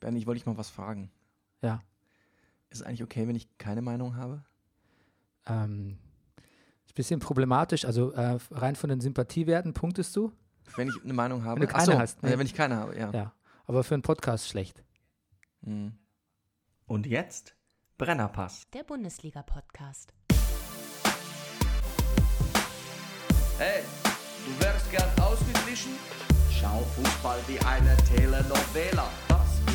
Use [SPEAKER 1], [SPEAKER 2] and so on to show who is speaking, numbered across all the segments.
[SPEAKER 1] Bernie, ich wollte dich mal was fragen.
[SPEAKER 2] Ja.
[SPEAKER 1] Ist es eigentlich okay, wenn ich keine Meinung habe?
[SPEAKER 2] Ähm, ist ein bisschen problematisch. Also äh, rein von den Sympathiewerten punktest du.
[SPEAKER 1] Wenn ich eine Meinung habe?
[SPEAKER 2] Wenn du
[SPEAKER 1] Ach
[SPEAKER 2] keine
[SPEAKER 1] so,
[SPEAKER 2] hast,
[SPEAKER 1] ja,
[SPEAKER 2] nee.
[SPEAKER 1] wenn ich keine habe, ja.
[SPEAKER 2] Ja. Aber für einen Podcast schlecht.
[SPEAKER 1] Hm.
[SPEAKER 3] Und jetzt Brennerpass.
[SPEAKER 4] Der Bundesliga-Podcast.
[SPEAKER 5] Hey, du wärst gern ausgeglichen? Schau Fußball wie eine Telenovela. Das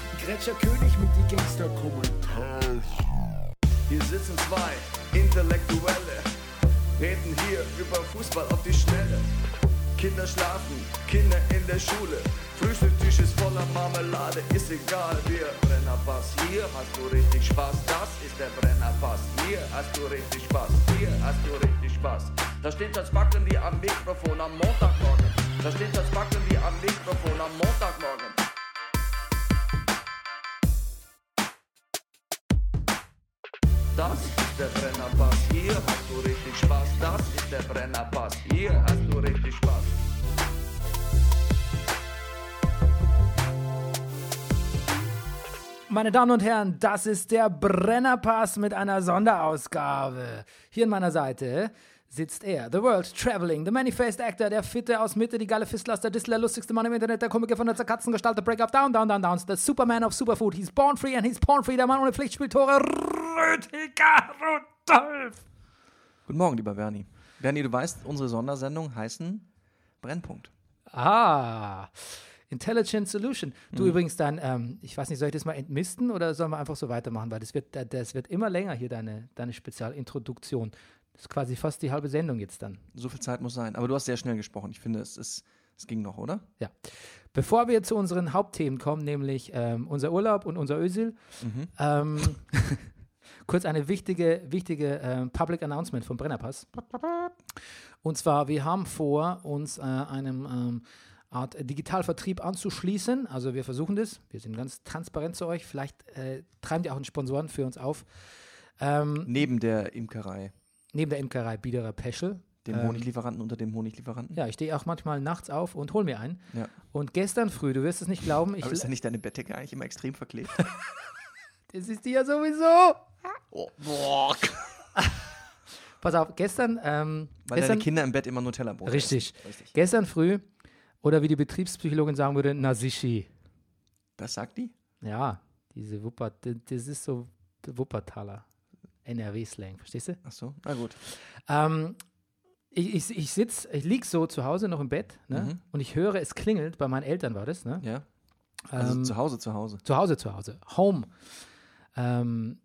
[SPEAKER 6] Gretscher König mit die Gangster
[SPEAKER 5] Hier sitzen zwei Intellektuelle. Reden hier über Fußball auf die Schnelle. Kinder schlafen, Kinder in der Schule. Frühstücktisch ist voller Marmelade, ist egal, wir Brennerpass. Hier hast du richtig Spaß, das ist der Brennerpass. Hier hast du richtig Spaß, hier hast du richtig Spaß. Da steht das Backen wie am Mikrofon am Montagmorgen. Da steht das Backen wie am Mikrofon am Montagmorgen. Das ist der Brennerpass, hier hast du richtig Spaß. Das ist der Brennerpass, hier hast du richtig Spaß.
[SPEAKER 2] Meine Damen und Herren, das ist der Brennerpass mit einer Sonderausgabe. Hier an meiner Seite sitzt er, The World Traveling, The Many-Faced Actor, der Fitte aus Mitte, die geile Fistlaster, der Distler, lustigste Mann im Internet, der Komiker von der Zerkatzengestalt, der Breakup, Down, Down, Down, Downs, der Superman of Superfood, he's born free and he's porn free, der Mann ohne Pflichtspieltore, Rüdiger Rudolf.
[SPEAKER 1] Guten Morgen, lieber Bernie. Bernie, du weißt, unsere Sondersendung heißen Brennpunkt.
[SPEAKER 2] Ah, Intelligent Solution. Du übrigens dann, ähm, ich weiß nicht, soll ich das mal entmisten oder sollen wir einfach so weitermachen? Weil das wird, da- das wird immer länger hier, deine, deine Spezialintroduktion. Das ist quasi fast die halbe Sendung jetzt dann.
[SPEAKER 1] So viel Zeit muss sein. Aber du hast sehr schnell gesprochen. Ich finde, es, ist, es ging noch, oder?
[SPEAKER 2] Ja. Bevor wir zu unseren Hauptthemen kommen, nämlich ähm, unser Urlaub und unser Ösil,
[SPEAKER 1] Mhm.
[SPEAKER 2] ähm, kurz eine wichtige, wichtige ähm, Public Announcement vom Brennerpass. Und zwar, wir haben vor, uns äh, einem ähm, Art Digitalvertrieb anzuschließen. Also wir versuchen das. Wir sind ganz transparent zu euch. Vielleicht äh, treiben die auch einen Sponsoren für uns auf. Ähm,
[SPEAKER 1] Neben der Imkerei,
[SPEAKER 2] neben der Imkerei Biederer Peschel.
[SPEAKER 1] dem
[SPEAKER 2] Ähm,
[SPEAKER 1] Honiglieferanten unter dem Honiglieferanten.
[SPEAKER 2] Ja, ich stehe auch manchmal nachts auf und hol mir einen.
[SPEAKER 1] Ja.
[SPEAKER 2] Und gestern früh, du wirst es nicht glauben, ich,
[SPEAKER 1] Aber ist ja nicht deine Bettdecke eigentlich immer extrem verklebt?
[SPEAKER 2] Das ist die ja sowieso.
[SPEAKER 1] oh, boah.
[SPEAKER 2] Pass auf, gestern, ähm,
[SPEAKER 1] Weil
[SPEAKER 2] gestern
[SPEAKER 1] deine Kinder im Bett immer Nutella brot
[SPEAKER 2] richtig,
[SPEAKER 1] Richtig.
[SPEAKER 2] gestern früh oder wie die Betriebspsychologin sagen würde, Nasishi.
[SPEAKER 1] Das sagt die?
[SPEAKER 2] Ja, diese Wuppert, d- das ist so Wuppertaler NRW-Slang, verstehst du?
[SPEAKER 1] Ach so, na gut.
[SPEAKER 2] Ähm, ich, ich, ich sitz, ich lieg so zu Hause noch im Bett ne?
[SPEAKER 1] Mhm.
[SPEAKER 2] und ich höre, es klingelt, bei meinen Eltern war das, ne?
[SPEAKER 1] Ja. Also
[SPEAKER 2] Ähm,
[SPEAKER 1] zu Hause, zu Hause.
[SPEAKER 2] zu Hause, zu Hause, home. Ähm,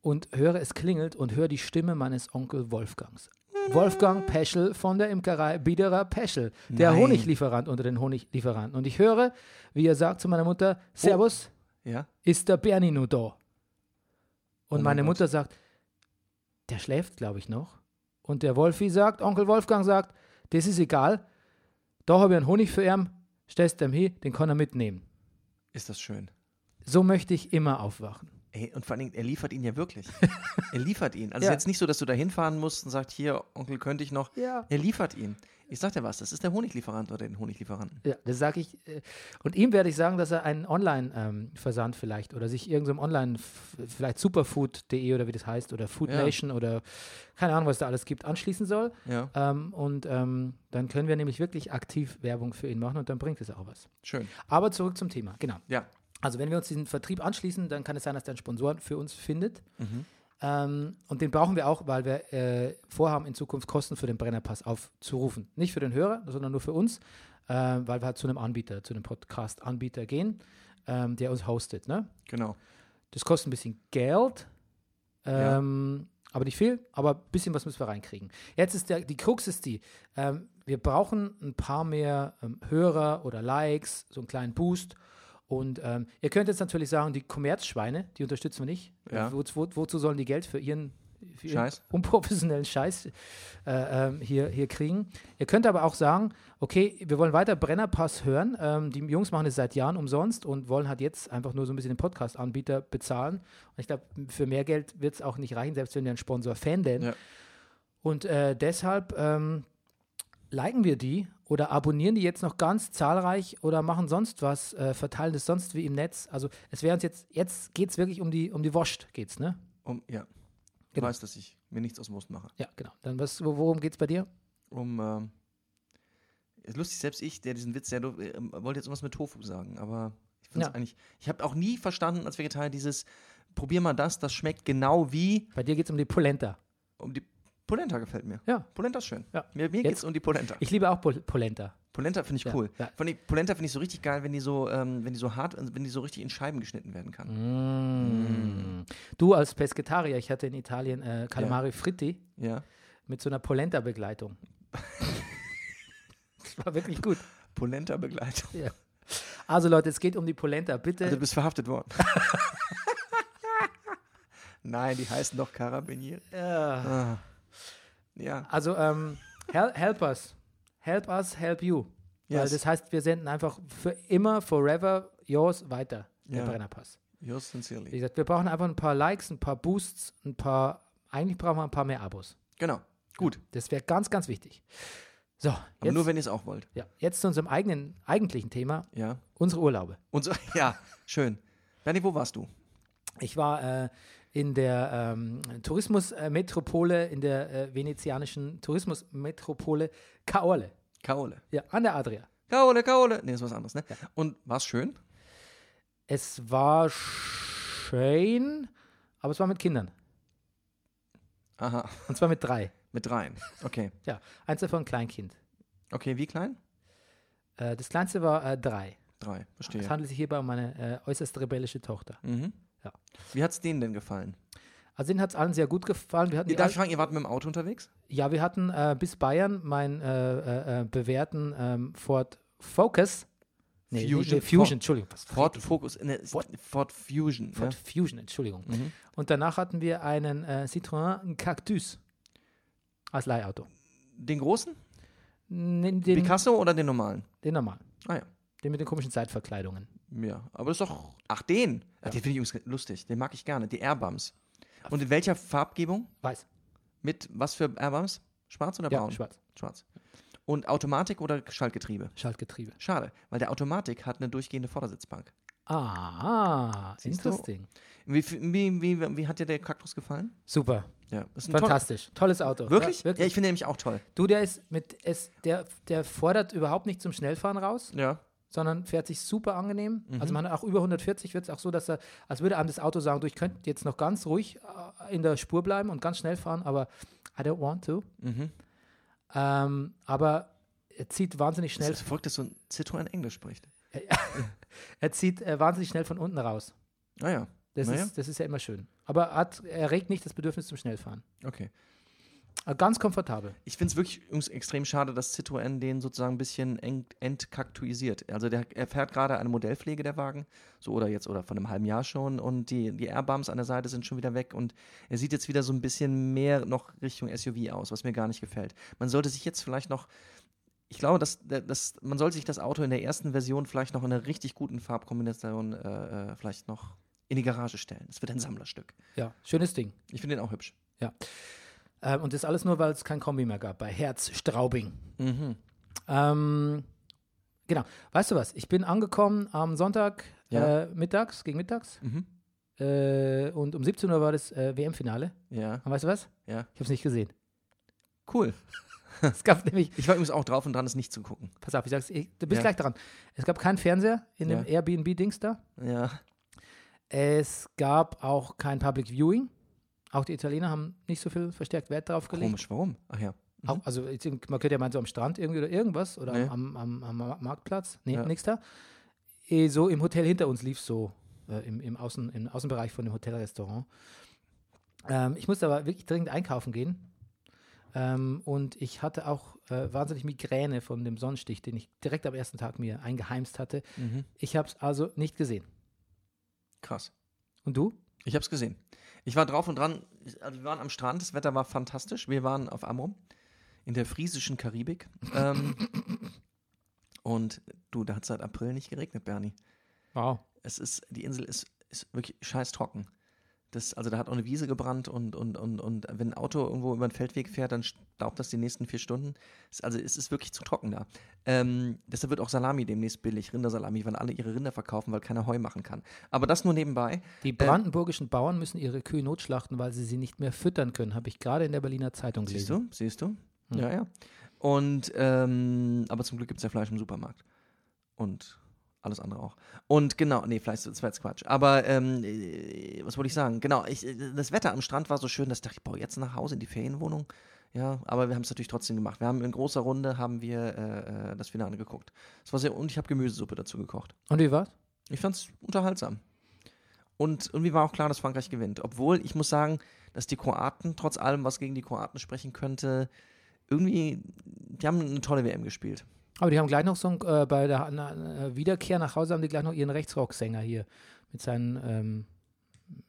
[SPEAKER 2] und höre, es klingelt und höre die Stimme meines Onkel Wolfgangs. Wolfgang Peschel von der Imkerei Biederer Peschel, der
[SPEAKER 1] Nein.
[SPEAKER 2] Honiglieferant unter den Honiglieferanten. Und ich höre, wie er sagt zu meiner
[SPEAKER 1] Oh.
[SPEAKER 2] Mutter, Servus,
[SPEAKER 1] Ja.
[SPEAKER 2] ist der Bernie nur da? Und
[SPEAKER 1] Oh mein
[SPEAKER 2] meine
[SPEAKER 1] Gott.
[SPEAKER 2] Mutter sagt, der schläft, glaube ich, noch. Und der Wolfi sagt, Onkel Wolfgang sagt, das ist egal, da habe ich einen Honig für ihn, stellst ihm hin, den kann er mitnehmen.
[SPEAKER 1] Ist das schön.
[SPEAKER 2] So möchte ich immer aufwachen.
[SPEAKER 1] Ey, und vor allen Dingen, er liefert ihn ja wirklich. er liefert ihn. Also
[SPEAKER 2] Ja.
[SPEAKER 1] jetzt nicht so, dass du da hinfahren musst und sagst, hier, Onkel, könnte ich noch.
[SPEAKER 2] Ja.
[SPEAKER 1] Er liefert ihn. Ich sag dir was, das ist der Honiglieferant oder den Honiglieferanten.
[SPEAKER 2] Ja, das sage ich. äh, Und ihm werde ich sagen, dass er einen Online-Versand vielleicht oder sich irgendeinem Online, f- vielleicht superfood.de oder wie das heißt oder Food
[SPEAKER 1] Ja.
[SPEAKER 2] Nation oder keine Ahnung, was da alles gibt, anschließen soll.
[SPEAKER 1] Ja,
[SPEAKER 2] Ähm, und ähm, dann können wir nämlich wirklich aktiv Werbung für ihn machen und dann bringt es auch was.
[SPEAKER 1] schön.
[SPEAKER 2] Aber zurück zum Thema, genau.
[SPEAKER 1] Ja.
[SPEAKER 2] Also wenn wir uns diesen Vertrieb anschließen, dann kann es sein, dass der einen Sponsoren für uns findet. Ähm, und den brauchen wir auch, weil wir äh, vorhaben, in Zukunft Kosten für den Brennerpass aufzurufen. Nicht für den Hörer, sondern nur für uns, äh, weil wir halt zu einem Anbieter, zu einem Podcast-Anbieter gehen, ähm, der uns hostet. Ne?
[SPEAKER 1] Genau.
[SPEAKER 2] Das kostet ein bisschen Geld,
[SPEAKER 1] Ja.
[SPEAKER 2] ähm, aber nicht viel, aber ein bisschen was müssen wir reinkriegen. Jetzt ist der, die Krux ist die, ähm, wir brauchen ein paar mehr ähm, Hörer oder Likes, so einen kleinen Boost Und ähm, ihr könnt jetzt natürlich sagen, die Kommerzschweine, die unterstützen wir nicht.
[SPEAKER 1] Ja.
[SPEAKER 2] Wo, wo, wozu sollen die Geld für ihren, für ihren
[SPEAKER 1] Scheiß.
[SPEAKER 2] unprofessionellen Scheiß äh, ähm, hier, hier kriegen? Ihr könnt aber auch sagen, okay, wir wollen weiter Brennerpass hören. Ähm, die Jungs machen es seit Jahren umsonst und wollen halt jetzt einfach nur so ein bisschen den Podcast-Anbieter bezahlen. Und ich glaube, für mehr Geld wird es auch nicht reichen, selbst wenn wir einen Sponsor fänden.
[SPEAKER 1] Ja.
[SPEAKER 2] Und äh, deshalb ähm, liken wir die oder abonnieren die jetzt noch ganz zahlreich oder machen sonst was, äh, verteilen das sonst wie im Netz. Also es wäre uns jetzt, jetzt geht es wirklich um die, um die Wurst, geht's, ne?
[SPEAKER 1] Um, ja. Du
[SPEAKER 2] Genau.
[SPEAKER 1] weißt, dass ich mir nichts aus dem Wurst mache.
[SPEAKER 2] Ja, genau. Dann was, wo- worum geht's bei dir?
[SPEAKER 1] Um, ähm, ist lustig, selbst ich, der diesen Witz, der äh, wollte jetzt irgendwas mit Tofu sagen, aber ich finde es
[SPEAKER 2] Ja.
[SPEAKER 1] eigentlich, ich habe auch nie verstanden als Vegetarier dieses, probier mal das, das schmeckt genau wie,
[SPEAKER 2] Bei dir geht's um die Polenta.
[SPEAKER 1] um die Polenta gefällt mir.
[SPEAKER 2] Ja.
[SPEAKER 1] Polenta ist schön.
[SPEAKER 2] Ja.
[SPEAKER 1] Mir, mir
[SPEAKER 2] Jetzt-
[SPEAKER 1] geht es um die Polenta.
[SPEAKER 2] Ich liebe auch Pol Polenta.
[SPEAKER 1] Polenta finde ich
[SPEAKER 2] Ja,
[SPEAKER 1] cool.
[SPEAKER 2] ja.
[SPEAKER 1] Von den Polenta finde ich so richtig geil, wenn die so, ähm, wenn die so hart, wenn die so richtig in Scheiben geschnitten werden kann.
[SPEAKER 2] Mhm. Mm. Du als Pesketarier, ich hatte in Italien äh, Calamari Fritti
[SPEAKER 1] Ja.
[SPEAKER 2] mit so einer Polenta-Begleitung. das war wirklich gut.
[SPEAKER 1] Polenta-Begleitung.
[SPEAKER 2] Ja. Also Leute, es geht um die Polenta. Bitte.
[SPEAKER 1] Also du bist verhaftet worden. Nein, die heißen doch Karabinier. Ah.
[SPEAKER 2] Äh,
[SPEAKER 1] Ja.
[SPEAKER 2] also ähm, hel help us. Help us, help you. Weil
[SPEAKER 1] Yes.
[SPEAKER 2] das heißt, wir senden einfach für immer, forever, yours weiter. Der
[SPEAKER 1] Ja.
[SPEAKER 2] Brennerpass.
[SPEAKER 1] Yours
[SPEAKER 2] Wie
[SPEAKER 1] sincerely.
[SPEAKER 2] gesagt, wir brauchen einfach ein paar Likes, ein paar Boosts, ein paar. Eigentlich brauchen wir ein paar mehr Abos.
[SPEAKER 1] Genau. Gut.
[SPEAKER 2] Das wäre ganz, ganz wichtig. So,
[SPEAKER 1] Aber
[SPEAKER 2] jetzt,
[SPEAKER 1] nur wenn ihr es auch wollt.
[SPEAKER 2] ja, jetzt zu unserem eigenen, eigentlichen Thema,
[SPEAKER 1] Ja.
[SPEAKER 2] unsere Urlaube.
[SPEAKER 1] Und so, ja, schön. Bernie, wo warst du?
[SPEAKER 2] Ich war äh, in der ähm, Tourismusmetropole, in der äh, venezianischen Tourismusmetropole Kaorle,
[SPEAKER 1] Kaole.
[SPEAKER 2] ja, an der Adria.
[SPEAKER 1] Kaole, Kaole. Nee, das ist was anderes, ne? Und war's schön?
[SPEAKER 2] Es war schön, aber es war mit Kindern.
[SPEAKER 1] Aha.
[SPEAKER 2] Und zwar mit drei.
[SPEAKER 1] Mit dreien. Okay.
[SPEAKER 2] Ja, eins davon ein Kleinkind.
[SPEAKER 1] Okay, wie klein?
[SPEAKER 2] Äh, das kleinste war äh, drei.
[SPEAKER 1] Drei.
[SPEAKER 2] Es
[SPEAKER 1] Verstehe.
[SPEAKER 2] handelt sich hierbei um eine äh, äußerst rebellische Tochter.
[SPEAKER 1] Mhm.
[SPEAKER 2] Ja.
[SPEAKER 1] Wie hat's denen denn gefallen?
[SPEAKER 2] Also denen hat es allen sehr gut gefallen. Wir hatten die
[SPEAKER 1] Darf
[SPEAKER 2] all-
[SPEAKER 1] ich fragen, ihr wart mit dem Auto unterwegs?
[SPEAKER 2] Ja, wir hatten äh, bis Bayern meinen äh, äh, äh, bewährten ähm, Ford Focus. Nee,
[SPEAKER 1] Fusion.
[SPEAKER 2] Nee, nee, Fusion,
[SPEAKER 1] Ford-
[SPEAKER 2] Entschuldigung. Was
[SPEAKER 1] Ford Focus, ne, ist Ford Fusion. ne?
[SPEAKER 2] Ford
[SPEAKER 1] Ja? Mhm.
[SPEAKER 2] Fusion, Entschuldigung. Und danach hatten wir einen äh, Citroën Cactus als Leihauto.
[SPEAKER 1] Den großen?
[SPEAKER 2] Den, den,
[SPEAKER 1] Picasso oder den normalen?
[SPEAKER 2] den normalen.
[SPEAKER 1] Ah ja.
[SPEAKER 2] Den mit den komischen Zeitverkleidungen.
[SPEAKER 1] Ja, aber das ist doch. Ach, den! Ach, den finde ich übrigens lustig. Den mag ich gerne. Die Airbums. Und in welcher Farbgebung?
[SPEAKER 2] Weiß.
[SPEAKER 1] Mit was für Airbums? Schwarz oder
[SPEAKER 2] Ja,
[SPEAKER 1] braun?
[SPEAKER 2] schwarz.
[SPEAKER 1] Schwarz. Und Automatik oder Schaltgetriebe?
[SPEAKER 2] Schaltgetriebe.
[SPEAKER 1] Schade, weil der Automatik hat eine durchgehende Vordersitzbank.
[SPEAKER 2] Ah,
[SPEAKER 1] Siehst du?
[SPEAKER 2] interesting.
[SPEAKER 1] Wie, wie, wie, wie hat dir der Kaktus gefallen?
[SPEAKER 2] Super.
[SPEAKER 1] Ja, ist ein
[SPEAKER 2] Fantastisch. Tolles Auto.
[SPEAKER 1] Toll. Wirklich?
[SPEAKER 2] Ja,
[SPEAKER 1] Ja,
[SPEAKER 2] wirklich.
[SPEAKER 1] ich finde den nämlich auch toll.
[SPEAKER 2] du, der ist mit, es, der, der fordert überhaupt nicht zum Schnellfahren raus,
[SPEAKER 1] Ja.
[SPEAKER 2] sondern fährt sich super angenehm. Also man hat auch über 140 wird es auch so, dass er, als würde einem das Auto sagen, du, ich könnte jetzt noch ganz ruhig äh, in der Spur bleiben und ganz schnell fahren, aber I don't want to.
[SPEAKER 1] Mhm.
[SPEAKER 2] Ähm, aber er zieht wahnsinnig
[SPEAKER 1] Es
[SPEAKER 2] schnell,
[SPEAKER 1] ist verrückt, dass so ein Citroën Englisch spricht.
[SPEAKER 2] er zieht äh, wahnsinnig schnell von unten raus.
[SPEAKER 1] Naja.
[SPEAKER 2] Das,
[SPEAKER 1] Naja.
[SPEAKER 2] ist, das ist ja immer schön. Aber hat, er regt nicht das Bedürfnis zum Schnellfahren.
[SPEAKER 1] Okay.
[SPEAKER 2] Äh, Ganz komfortabel.
[SPEAKER 1] Ich finde es wirklich übrigens extrem schade, dass Citroën den sozusagen ein bisschen ent entkaktuisiert. Also der erfährt gerade eine Modellpflege der Wagen, so oder jetzt oder von einem halben Jahr schon und die, die Airbombs an der Seite sind schon wieder weg und er sieht jetzt wieder so ein bisschen mehr noch Richtung SUV aus, was mir gar nicht gefällt. Man sollte sich jetzt vielleicht noch ich glaube, dass, dass man sollte sich das Auto in der ersten Version vielleicht noch in einer richtig guten Farbkombination äh, äh, vielleicht noch in die Garage stellen. Es wird ein Sammlerstück.
[SPEAKER 2] Ja, schönes Ding.
[SPEAKER 1] Ich finde den auch hübsch.
[SPEAKER 2] Ähm, und das alles nur, weil es kein Kombi mehr gab bei Herz Straubing.
[SPEAKER 1] Mhm.
[SPEAKER 2] Ähm, genau. Weißt du was? Ich bin angekommen am Sonntag
[SPEAKER 1] Ja.
[SPEAKER 2] äh, mittags, gegen mittags.
[SPEAKER 1] Mhm.
[SPEAKER 2] Äh, und um 17 Uhr war das äh, WM-Finale.
[SPEAKER 1] Ja,
[SPEAKER 2] Und weißt du was?
[SPEAKER 1] ja.
[SPEAKER 2] Ich habe es nicht gesehen.
[SPEAKER 1] Cool.
[SPEAKER 2] Es gab nämlich,
[SPEAKER 1] Ich war übrigens auch drauf und dran, es nicht zu gucken.
[SPEAKER 2] pass auf, ich sag's, ich, du bist
[SPEAKER 1] Ja.
[SPEAKER 2] gleich dran. Es gab keinen Fernseher in dem Airbnb-Dings da.
[SPEAKER 1] Ja.
[SPEAKER 2] Es gab auch kein Public Viewing. Auch die Italiener haben nicht so viel verstärkt Wert drauf gelegt.
[SPEAKER 1] Komisch, warum? Ach ja.
[SPEAKER 2] Auch, also jetzt, man könnte ja meinen, so am Strand irgendwie oder irgendwas oder
[SPEAKER 1] Mhm. Nee.
[SPEAKER 2] am, am, am, am Marktplatz. Nee,
[SPEAKER 1] Ja.
[SPEAKER 2] nix da. Eh, So im Hotel hinter uns lief so äh, im, im, Außen, im Außenbereich von dem Hotelrestaurant. Ähm, ich musste aber wirklich dringend einkaufen gehen, Ähm, und ich hatte auch äh, wahnsinnig Migräne von dem Sonnenstich, den ich direkt am ersten Tag mir eingeheimst hatte.
[SPEAKER 1] Mhm.
[SPEAKER 2] Ich habe es also nicht gesehen.
[SPEAKER 1] Krass.
[SPEAKER 2] Und du?
[SPEAKER 1] Ich habe es gesehen. Ich war drauf und dran. Ich- Also wir waren am Strand. Das Wetter war fantastisch. Wir waren auf Amrum in der friesischen Karibik. Ähm, und du, da hat es seit April nicht geregnet, Bernie.
[SPEAKER 2] Wow.
[SPEAKER 1] Es ist, die Insel ist, ist wirklich scheiß trocken. Das, also da hat auch eine Wiese gebrannt und, und, und, und wenn ein Auto irgendwo über den Feldweg fährt, dann staubt das die nächsten vier Stunden. Es, also es ist wirklich zu trocken da. Ähm, deshalb wird auch Salami demnächst billig, Rindersalami, weil alle ihre Rinder verkaufen, weil keiner Heu machen kann. Aber das nur nebenbei.
[SPEAKER 2] Die brandenburgischen Bauern müssen ihre Kühe notschlachten, weil sie sie nicht mehr füttern können, habe ich gerade in der Berliner Zeitung
[SPEAKER 1] Siehst
[SPEAKER 2] gelesen.
[SPEAKER 1] du, siehst du? Ja, ja. Und ähm, aber zum Glück gibt es ja Fleisch im Supermarkt. Und alles andere auch. Und genau, nee, Fleisch, das war jetzt Quatsch. Aber ähm, äh, was wollte ich sagen? Genau, ich, äh, das Wetter am Strand war so schön, dass ich dachte, ich boah, jetzt nach Hause in die Ferienwohnung. Ja, aber wir haben es natürlich trotzdem gemacht. Wir haben in großer Runde haben wir äh, äh, das Finale geguckt. Es war sehr und ich habe Gemüsesuppe dazu gekocht.
[SPEAKER 2] Und wie war's?
[SPEAKER 1] Ich fand es unterhaltsam. Und irgendwie war auch klar, dass Frankreich gewinnt. Obwohl, ich muss sagen, dass die Kroaten, trotz allem, was gegen die Kroaten sprechen könnte, irgendwie, die haben eine tolle WM gespielt.
[SPEAKER 2] Aber die haben gleich noch so ein, äh, bei der na, äh, Wiederkehr nach Hause haben die gleich noch ihren Rechtsrocksänger hier mit seinen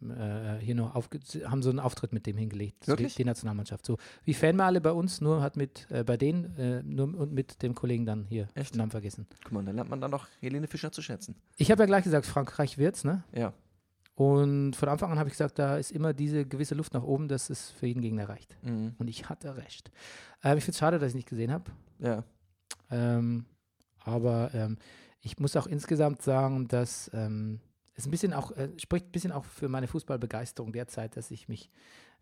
[SPEAKER 2] ähm, äh, hier noch aufge haben so einen Auftritt mit dem hingelegt. so
[SPEAKER 1] Wirklich?
[SPEAKER 2] Die, die Nationalmannschaft. So wie Fanmale bei uns, nur hat mit äh, bei denen äh, nur und mit dem Kollegen dann hier
[SPEAKER 1] Echt?
[SPEAKER 2] Namen vergessen.
[SPEAKER 1] Guck mal, dann lernt man dann doch Helene Fischer zu schätzen.
[SPEAKER 2] Ich habe ja gleich gesagt, Frankreich wird's, ne?
[SPEAKER 1] Ja.
[SPEAKER 2] Und von Anfang an habe ich gesagt, da ist immer diese gewisse Luft nach oben, dass es für jeden Gegner reicht.
[SPEAKER 1] Mhm.
[SPEAKER 2] Und ich hatte recht. Ähm, ich finde es schade, dass ich nicht gesehen habe.
[SPEAKER 1] Ja.
[SPEAKER 2] Ähm, aber ähm, ich muss auch insgesamt sagen, dass ähm, es ein bisschen auch, äh, spricht ein bisschen auch für meine Fußballbegeisterung derzeit, dass ich mich,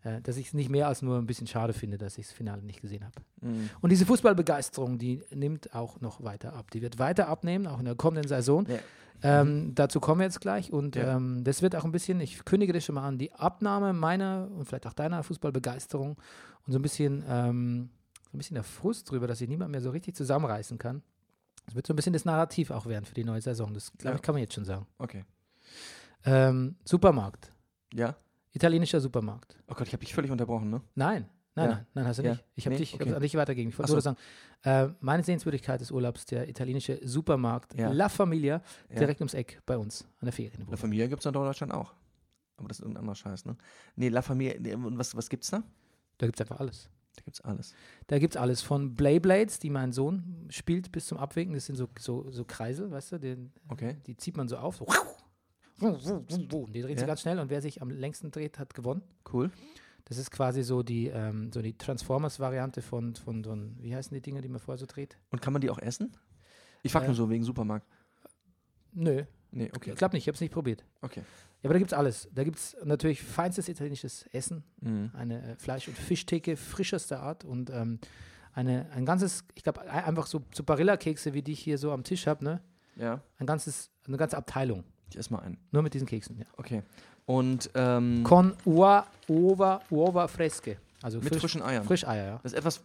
[SPEAKER 2] äh, dass ich es nicht mehr als nur ein bisschen schade finde, dass ich das Finale nicht gesehen habe.
[SPEAKER 1] Mhm.
[SPEAKER 2] Und diese Fußballbegeisterung, die nimmt auch noch weiter ab. Die wird weiter abnehmen, auch in der kommenden Saison.
[SPEAKER 1] Ja. Mhm.
[SPEAKER 2] Ähm, dazu kommen wir jetzt gleich. Und
[SPEAKER 1] Ja.
[SPEAKER 2] ähm, das wird auch ein bisschen, ich kündige das schon mal an, die Abnahme meiner und vielleicht auch deiner Fußballbegeisterung und so ein bisschen, ähm, so ein bisschen der Frust drüber, dass sich niemand mehr so richtig zusammenreißen kann. Das wird so ein bisschen das Narrativ auch werden für die neue Saison. Das glaub ich,
[SPEAKER 1] Ja.
[SPEAKER 2] kann man jetzt schon sagen.
[SPEAKER 1] Okay.
[SPEAKER 2] Ähm, Supermarkt.
[SPEAKER 1] Ja.
[SPEAKER 2] Italienischer Supermarkt.
[SPEAKER 1] Oh Gott, ich habe dich völlig unterbrochen, ne?
[SPEAKER 2] Nein, nein,
[SPEAKER 1] Ja.
[SPEAKER 2] nein, nein, hast du
[SPEAKER 1] Ja.
[SPEAKER 2] nicht. Ich habe
[SPEAKER 1] Nee,
[SPEAKER 2] dich ich
[SPEAKER 1] okay.
[SPEAKER 2] hab an dich weitergegeben. Ich wollte
[SPEAKER 1] Ach
[SPEAKER 2] nur sagen, äh, meine Sehenswürdigkeit des Urlaubs, der italienische Supermarkt
[SPEAKER 1] Ja.
[SPEAKER 2] La Familia,
[SPEAKER 1] Ja.
[SPEAKER 2] direkt ums Eck bei uns an der
[SPEAKER 1] La
[SPEAKER 2] Ferienwohnung.
[SPEAKER 1] Familia gibt es in Deutschland auch. Aber das ist irgendein anderer Scheiß, ne? Nee, La Familia, nee, und was, was gibt's da?
[SPEAKER 2] Da gibt es einfach alles.
[SPEAKER 1] Da gibt's alles.
[SPEAKER 2] Da gibt es alles von Blayblades, die mein Sohn spielt bis zum Abwinken. Das sind so, so, so Kreisel, weißt du, den,
[SPEAKER 1] Okay.
[SPEAKER 2] die zieht man so auf. So. Und Die dreht sich
[SPEAKER 1] Ja.
[SPEAKER 2] ganz schnell und wer sich am längsten dreht, hat gewonnen.
[SPEAKER 1] Cool.
[SPEAKER 2] Das ist quasi so die, ähm, so die Transformers-Variante von, von, von, wie heißen die Dinger, die man vorher so dreht?
[SPEAKER 1] Und kann man die auch essen? Ich frage
[SPEAKER 2] Äh.
[SPEAKER 1] nur so wegen Supermarkt.
[SPEAKER 2] Nö,
[SPEAKER 1] Nee, okay.
[SPEAKER 2] ich glaube nicht, ich habe es nicht probiert.
[SPEAKER 1] Okay.
[SPEAKER 2] Ja, aber da gibt es alles. Da gibt es natürlich feinstes italienisches Essen,
[SPEAKER 1] Mhm.
[SPEAKER 2] eine äh, Fleisch- und Fischtheke frischester Art und ähm, eine, ein ganzes, ich glaube, einfach so, so Barilla-Kekse, wie die ich hier so am Tisch habe, ne?
[SPEAKER 1] Ja.
[SPEAKER 2] Ein ganzes, eine ganze Abteilung,
[SPEAKER 1] Ich esse mal einen.
[SPEAKER 2] nur mit diesen Keksen, ja.
[SPEAKER 1] Okay. Und ähm,
[SPEAKER 2] Con uva, uova, uova fresche. Also
[SPEAKER 1] mit
[SPEAKER 2] frisch,
[SPEAKER 1] frischen Eiern.
[SPEAKER 2] Frischeier, ja.
[SPEAKER 1] Das ist etwas, wo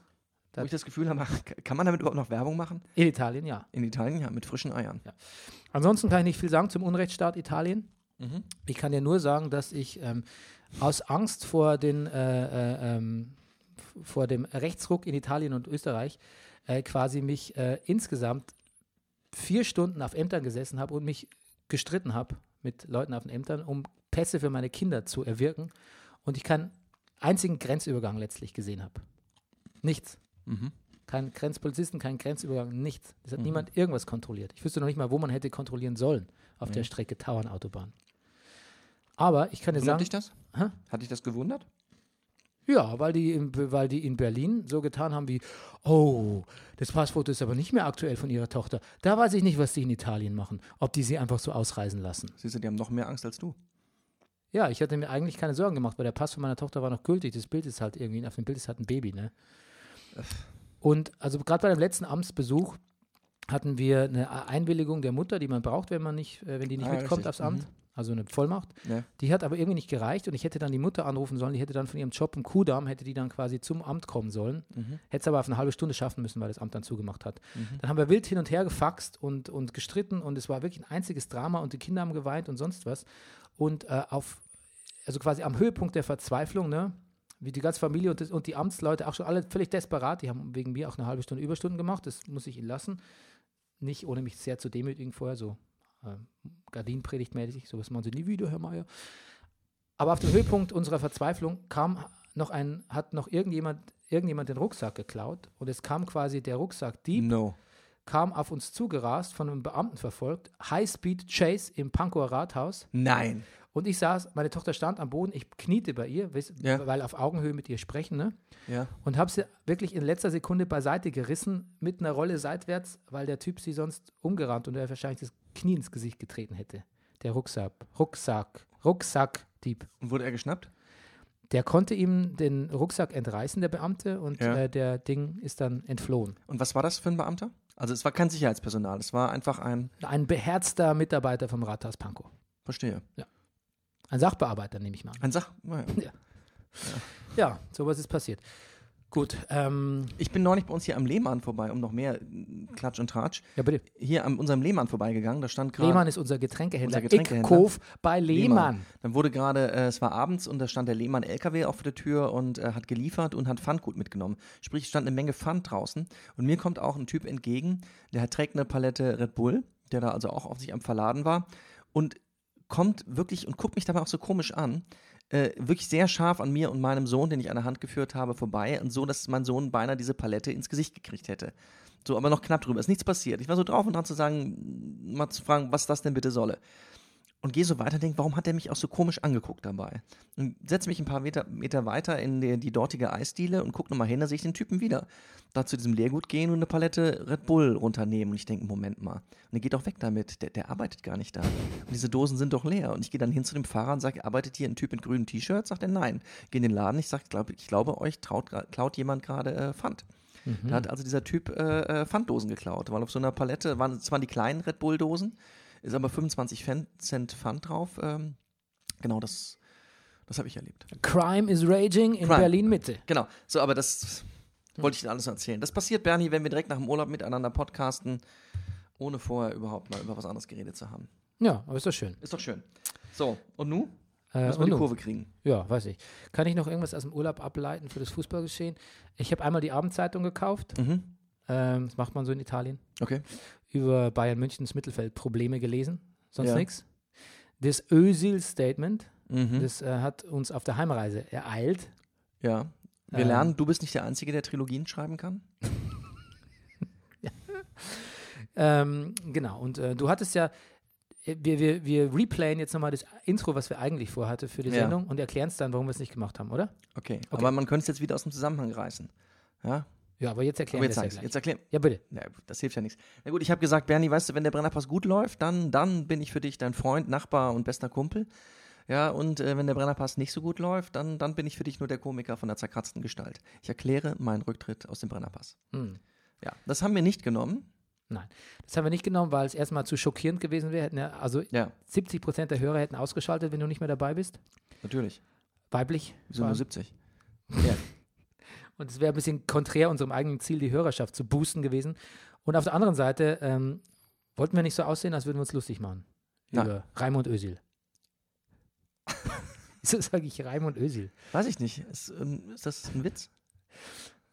[SPEAKER 2] Das-
[SPEAKER 1] ich das Gefühl habe, kann man damit überhaupt noch Werbung machen?
[SPEAKER 2] In Italien, ja.
[SPEAKER 1] In Italien, ja, mit frischen Eiern.
[SPEAKER 2] Ansonsten kann ich nicht viel sagen zum Unrechtsstaat Italien.
[SPEAKER 1] Mhm.
[SPEAKER 2] Ich kann dir nur sagen, dass ich ähm, aus Angst vor, den, äh, äh, ähm, f- vor dem Rechtsruck in Italien und Österreich äh, quasi mich äh, insgesamt vier Stunden auf Ämtern gesessen habe und mich gestritten habe mit Leuten auf den Ämtern, um Pässe für meine Kinder zu erwirken. Und ich keinen einzigen Grenzübergang letztlich gesehen habe. Nichts.
[SPEAKER 1] Mhm.
[SPEAKER 2] Kein Grenzpolizisten, kein Grenzübergang, nichts. Es hat niemand irgendwas kontrolliert. Ich wüsste noch nicht mal, wo man hätte kontrollieren sollen auf der Strecke Tauernautobahn. Aber ich kann dir
[SPEAKER 1] Wundert
[SPEAKER 2] sagen,
[SPEAKER 1] dich das?
[SPEAKER 2] Hä?
[SPEAKER 1] Hat dich das gewundert?
[SPEAKER 2] ja, weil die, in, weil die in Berlin so getan haben wie, oh, das Passfoto ist aber nicht mehr aktuell von ihrer Tochter. Da weiß ich nicht, was die in Italien machen, ob die sie einfach so ausreisen lassen.
[SPEAKER 1] Siehst du, die haben noch mehr Angst als du.
[SPEAKER 2] Ja, ich hatte mir eigentlich keine Sorgen gemacht, weil der Pass von meiner Tochter war noch gültig. Das Bild ist halt irgendwie, auf dem Bild ist halt ein Baby, ne? Und also gerade bei dem letzten Amtsbesuch hatten wir eine A- Einwilligung der Mutter, die man braucht, wenn man nicht, äh, wenn die nicht
[SPEAKER 1] Ah, ja,
[SPEAKER 2] mitkommt
[SPEAKER 1] richtig.
[SPEAKER 2] aufs Amt, also eine Vollmacht.
[SPEAKER 1] Ja.
[SPEAKER 2] Die hat aber irgendwie nicht gereicht und ich hätte dann die Mutter anrufen sollen, die hätte dann von ihrem Job im Kudamm, hätte die dann quasi zum Amt kommen sollen, hätte es aber auf eine halbe Stunde schaffen müssen, weil das Amt dann zugemacht hat. Dann haben wir wild hin und her gefaxt und, und gestritten und es war wirklich ein einziges Drama und die Kinder haben geweint und sonst was. Und äh, auf, also quasi am Höhepunkt der Verzweiflung, ne, wie die ganze Familie und, das, und die Amtsleute auch schon alle völlig desperat. Die haben wegen mir auch eine halbe Stunde Überstunden gemacht. Das muss ich ihnen lassen. Nicht ohne mich sehr zu demütigen vorher, so ähm, Gardinenpredigtmäßig, sowas machen sie nie wieder, Herr Meier. Aber auf dem Höhepunkt unserer Verzweiflung kam noch ein, hat noch irgendjemand, irgendjemand den Rucksack geklaut und es kam quasi der Rucksackdieb
[SPEAKER 1] Mhm. No.
[SPEAKER 2] kam auf uns zugerast, von einem Beamten verfolgt, Highspeed Chase im Pankower Rathaus.
[SPEAKER 1] Nein.
[SPEAKER 2] Und ich saß, meine Tochter stand am Boden, ich kniete bei ihr, wiss-
[SPEAKER 1] Ja.
[SPEAKER 2] weil auf Augenhöhe mit ihr sprechen, ne?
[SPEAKER 1] Ja.
[SPEAKER 2] Und habe sie wirklich in letzter Sekunde beiseite gerissen, mit einer Rolle seitwärts, weil der Typ sie sonst umgerannt und er wahrscheinlich das Knie ins Gesicht getreten hätte. Der Rucksack, Rucksack, Rucksackdieb.
[SPEAKER 1] Und wurde er geschnappt?
[SPEAKER 2] Der konnte ihm den Rucksack entreißen, der Beamte, und
[SPEAKER 1] Ja.
[SPEAKER 2] äh, der Ding ist dann entflohen.
[SPEAKER 1] Und was war das für ein Beamter? Also es war kein Sicherheitspersonal, es war einfach ein,
[SPEAKER 2] Ein beherzter Mitarbeiter vom Rathaus Pankow.
[SPEAKER 1] verstehe,
[SPEAKER 2] Ein Sachbearbeiter, nehme ich mal. an.
[SPEAKER 1] ein Sach. Naja.
[SPEAKER 2] Ja, sowas ist passiert. Gut, ähm,
[SPEAKER 1] Ich bin neulich bei uns hier am Lehmann vorbei, um noch mehr äh, Klatsch und Tratsch.
[SPEAKER 2] ja bitte.
[SPEAKER 1] Hier an unserem Lehmann vorbeigegangen, da stand gerade.
[SPEAKER 2] Lehmann ist unser Getränkehändler.
[SPEAKER 1] Unser Getränkehändler.
[SPEAKER 2] Ickkow bei Lehmann.
[SPEAKER 1] Dann wurde gerade, äh, es war abends und da stand der Lehmann LKW auch vor der Tür und äh, hat geliefert und hat Pfandgut mitgenommen. Sprich, stand eine Menge Pfand draußen und mir kommt auch ein Typ entgegen, der hat- trägt eine Palette Red Bull, der da also auch auf sich am Verladen war und kommt wirklich und guckt mich dabei auch so komisch an. Äh, wirklich sehr scharf an mir und meinem Sohn, den ich an der Hand geführt habe, vorbei und so, dass mein Sohn beinahe diese Palette ins Gesicht gekriegt hätte. So, aber noch knapp drüber. Ist nichts passiert. Ich war so drauf und dran zu sagen, mal zu fragen, was das denn bitte solle und gehe so weiter und denke, warum hat er mich auch so komisch angeguckt dabei? Und setze mich ein paar Meter, Meter weiter in die, die dortige Eisdiele und gucke nochmal hin, da sehe ich den Typen wieder. Da zu diesem Leergut gehen und eine Palette Red Bull runternehmen. Und ich denke, Moment mal. Und er geht auch weg damit. Der, der arbeitet gar nicht da. Und diese Dosen sind doch leer. Und ich gehe dann hin zu dem Fahrer und sage, arbeitet hier ein Typ mit grünem T-Shirt? Sagt er, nein. Gehe in den Laden, ich sage, glaub, ich glaube, euch traut, klaut jemand gerade äh, Pfand. Da hat also dieser Typ äh, äh, Pfanddosen geklaut, weil auf so einer Palette waren es waren die kleinen Red Bull Dosen, ist aber 25 Fan- Cent Pfand drauf. Ähm, genau, das, das habe ich erlebt.
[SPEAKER 2] Crime is raging in
[SPEAKER 1] Crime.
[SPEAKER 2] Berlin Mitte.
[SPEAKER 1] Genau, so, aber das wollte ich dir alles erzählen. Das passiert, Bernie, wenn wir direkt nach dem Urlaub miteinander podcasten, ohne vorher überhaupt mal über was anderes geredet zu haben.
[SPEAKER 2] Ja, aber ist doch schön.
[SPEAKER 1] Ist doch schön. So, und nu?
[SPEAKER 2] Äh,
[SPEAKER 1] Müssen wir die
[SPEAKER 2] und nun?
[SPEAKER 1] Kurve kriegen.
[SPEAKER 2] Ja, weiß ich. Kann ich noch irgendwas aus dem Urlaub ableiten für das Fußballgeschehen? Ich habe einmal die Abendzeitung gekauft.
[SPEAKER 1] Mhm.
[SPEAKER 2] Ähm, das macht man so in Italien.
[SPEAKER 1] Okay.
[SPEAKER 2] Über Bayern Münchens Mittelfeld Probleme gelesen. Sonst
[SPEAKER 1] Ja.
[SPEAKER 2] nichts. Das Özil-Statement,
[SPEAKER 1] Mhm.
[SPEAKER 2] das äh, hat uns auf der Heimreise ereilt.
[SPEAKER 1] Ja. Wir
[SPEAKER 2] Ähm.
[SPEAKER 1] lernen, du bist nicht der Einzige, der Trilogien schreiben kann.
[SPEAKER 2] Ähm, genau, und äh, du hattest ja, äh, wir, wir, wir replayen jetzt nochmal das Intro, was wir eigentlich vorhatte für die
[SPEAKER 1] Ja.
[SPEAKER 2] Sendung und erklären es dann, warum wir es nicht gemacht haben, oder?
[SPEAKER 1] Okay, aber man könnte es jetzt wieder aus dem Zusammenhang reißen. Ja,
[SPEAKER 2] Ja, aber jetzt
[SPEAKER 1] aber
[SPEAKER 2] erklären wir
[SPEAKER 1] jetzt
[SPEAKER 2] es ja
[SPEAKER 1] sag's.
[SPEAKER 2] gleich.
[SPEAKER 1] Jetzt erklär.
[SPEAKER 2] Ja, bitte.
[SPEAKER 1] Na, das hilft ja nichts. Na gut, ich habe gesagt, Bernie, weißt du, wenn der Brennerpass gut läuft, dann, dann bin ich für dich dein Freund, Nachbar und bester Kumpel. Ja, und äh, wenn der Brennerpass nicht so gut läuft, dann, dann bin ich für dich nur der Komiker von der zerkratzten Gestalt. Ich erkläre meinen Rücktritt aus dem Brennerpass.
[SPEAKER 2] Hm.
[SPEAKER 1] Ja, das haben wir nicht genommen.
[SPEAKER 2] Nein, das haben wir nicht genommen, weil es erstmal zu schockierend gewesen wäre. Hätten ja, also
[SPEAKER 1] Ja,
[SPEAKER 2] 70 Prozent der Hörer hätten ausgeschaltet, wenn du nicht mehr dabei bist.
[SPEAKER 1] natürlich.
[SPEAKER 2] Weiblich.
[SPEAKER 1] Wieso nur
[SPEAKER 2] vor allem.
[SPEAKER 1] 70?
[SPEAKER 2] Und es wäre ein bisschen konträr unserem eigenen Ziel, die Hörerschaft zu boosten gewesen. Und auf der anderen Seite ähm, wollten wir nicht so aussehen, als würden wir uns lustig machen.
[SPEAKER 1] Nein.
[SPEAKER 2] Über Raimund Ösil. Wieso sage ich Raimund Ösil?
[SPEAKER 1] Weiß ich nicht. Ist, ähm, ist das ein Witz?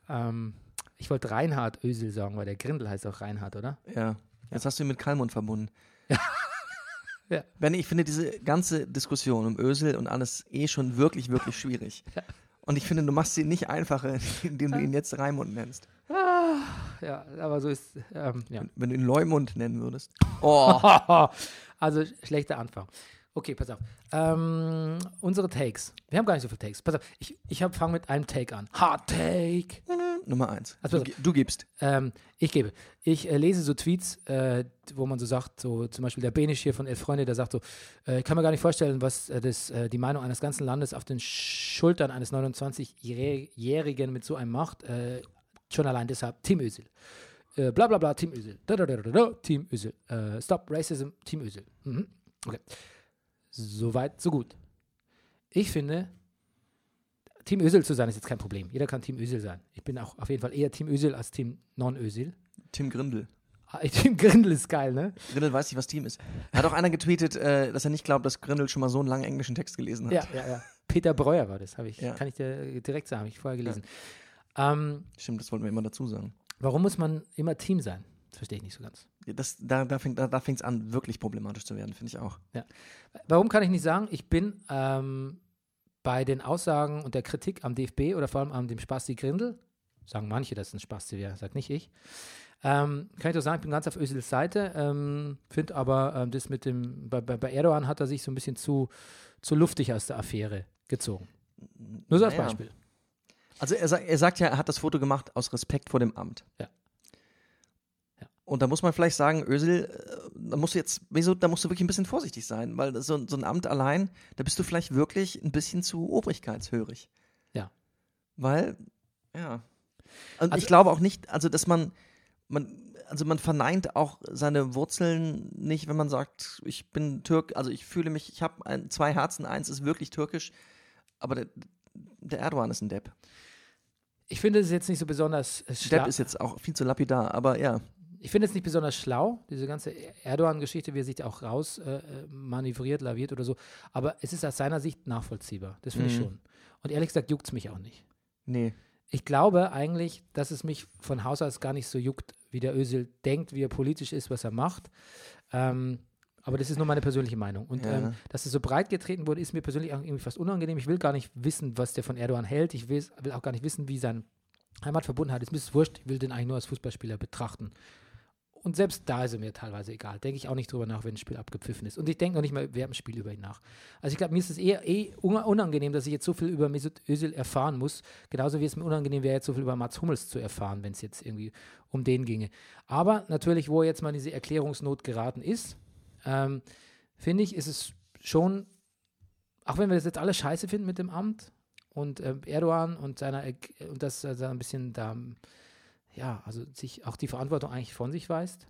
[SPEAKER 2] Ähm, ich wollte Reinhard Ösil sagen, weil der Grindel heißt auch Reinhard, oder?
[SPEAKER 1] Ja. Jetzt hast du ihn mit Kalmund verbunden.
[SPEAKER 2] Ja.
[SPEAKER 1] Benny, ich finde diese ganze Diskussion um Ösel und alles eh schon wirklich, wirklich schwierig. Und ich finde, du machst sie nicht einfacher, indem du ihn jetzt Raimund nennst.
[SPEAKER 2] Ja, aber so ist. Ähm, ja.
[SPEAKER 1] Wenn du ihn Leumund nennen würdest. Oh.
[SPEAKER 2] also sch- schlechter Anfang. Okay, pass auf. Ähm, unsere Takes. Wir haben gar nicht so viele Takes. Pass auf, ich, ich fange mit einem Take an. Hard Take.
[SPEAKER 1] Oh, Nummer eins.
[SPEAKER 2] Also
[SPEAKER 1] du,
[SPEAKER 2] pass
[SPEAKER 1] du gibst.
[SPEAKER 2] Ähm, ich gebe. Ich äh, lese so Tweets, äh, wo man so sagt, so zum Beispiel der Benisch hier von Elf Freunde, der sagt so, äh, ich kann mir gar nicht vorstellen, was äh, das, äh, die Meinung eines ganzen Landes auf den Schultern eines 29-Jährigen mit so einem macht. Äh, schon allein deshalb Team Ösel. Äh, bla bla bla, Team Ösel. Da, da, da, da, da, Team Ösel. Äh, Stop Racism, Team Ösel. Mhm. Okay. Soweit, so gut. Ich finde, Team Ösel zu sein ist jetzt kein Problem. Jeder kann Team Ösel sein. Ich bin auch auf jeden Fall eher Team Ösel als Team Non-Ösel.
[SPEAKER 1] Tim Grindel.
[SPEAKER 2] Ah, Team Grindel ist geil, ne?
[SPEAKER 1] Grindel weiß nicht, was Team ist. Hat auch einer getweetet, äh, dass er nicht glaubt, dass Grindel schon mal so einen langen englischen Text gelesen hat.
[SPEAKER 2] Ja, ja, ja. Peter Breuer war das, habe ich,
[SPEAKER 1] Ja.
[SPEAKER 2] kann ich dir äh, direkt sagen, habe ich vorher gelesen. Ähm,
[SPEAKER 1] Stimmt, das wollten wir immer dazu sagen.
[SPEAKER 2] warum muss man immer Team sein? Das verstehe ich nicht so ganz.
[SPEAKER 1] Ja, Das, da da fängt es da, fängt's an, wirklich problematisch zu werden, finde ich auch.
[SPEAKER 2] Warum kann ich nicht sagen, ich bin ähm, bei den Aussagen und der Kritik am DFB oder vor allem an dem Spasti Grindel, sagen manche, dass es ein Spasti wäre, sagt nicht ich, ähm, kann ich doch sagen, ich bin ganz auf Özils Seite, ähm, finde aber ähm, das mit dem, bei, bei, bei Erdogan hat er sich so ein bisschen zu, zu luftig aus der Affäre gezogen. Nur so als
[SPEAKER 1] Naja.
[SPEAKER 2] Beispiel.
[SPEAKER 1] Also er, sa- er sagt ja, er hat das Foto gemacht aus Respekt vor dem Amt.
[SPEAKER 2] Ja. Ja.
[SPEAKER 1] Und da muss man vielleicht sagen, Ösel, äh, da musst du jetzt, wieso, da musst du wirklich ein bisschen vorsichtig sein, weil so, ein- so ein Amt allein, da bist du vielleicht wirklich ein bisschen zu obrigkeitshörig.
[SPEAKER 2] Ja.
[SPEAKER 1] Weil, ja. Und
[SPEAKER 2] Also-
[SPEAKER 1] ich glaube auch nicht, also dass man, man, also man verneint auch seine Wurzeln nicht, wenn man sagt, ich bin Türk, also ich fühle mich, ich habe ein- zwei Herzen, eins ist wirklich türkisch, aber der, der Erdogan ist ein Depp.
[SPEAKER 2] Ich finde es jetzt nicht so besonders äh,
[SPEAKER 1] Depp
[SPEAKER 2] schlau.
[SPEAKER 1] ist jetzt auch viel zu lapidar, aber ja.
[SPEAKER 2] Ich finde es nicht besonders schlau, diese ganze Erdogan-Geschichte, wie er sich da auch raus äh, äh, manövriert, laviert oder so. Aber es ist aus seiner Sicht nachvollziehbar. Das finde ich
[SPEAKER 1] Mhm.
[SPEAKER 2] schon. Und ehrlich gesagt juckt es mich auch nicht.
[SPEAKER 1] Nee.
[SPEAKER 2] Ich glaube eigentlich, dass es mich von Haus aus gar nicht so juckt, wie der Ösel denkt, wie er politisch ist, was er macht. Ähm, aber das ist nur meine persönliche Meinung. Und
[SPEAKER 1] Ja.
[SPEAKER 2] ähm, dass es so breit getreten wurde, ist mir persönlich auch irgendwie fast unangenehm. Ich will gar nicht wissen, was der von Erdogan hält. Ich will, will auch gar nicht wissen, wie sein Heimatverbundenheit ist. Mir ist wurscht, ich will den eigentlich nur als Fußballspieler betrachten. Und selbst da ist er mir teilweise egal. Denke ich auch nicht drüber nach, wenn ein Spiel abgepfiffen ist. Und ich denke noch nicht mal während dem Spiel über ihn nach. Also ich glaube, mir ist es eher eh un- unangenehm, dass ich jetzt so viel über Mesut Özil erfahren muss. Genauso wie es mir unangenehm wäre, jetzt so viel über Mats Hummels zu erfahren, wenn es jetzt irgendwie um den ginge. Aber natürlich, wo er jetzt mal in diese Erklärungsnot geraten ist, ähm, finde ich, ist es schon, auch wenn wir das jetzt alle scheiße finden mit dem Amt und ähm, Erdogan und seiner, Erk- und dass er da ein bisschen da, ähm, ja, also sich auch die Verantwortung eigentlich von sich weist,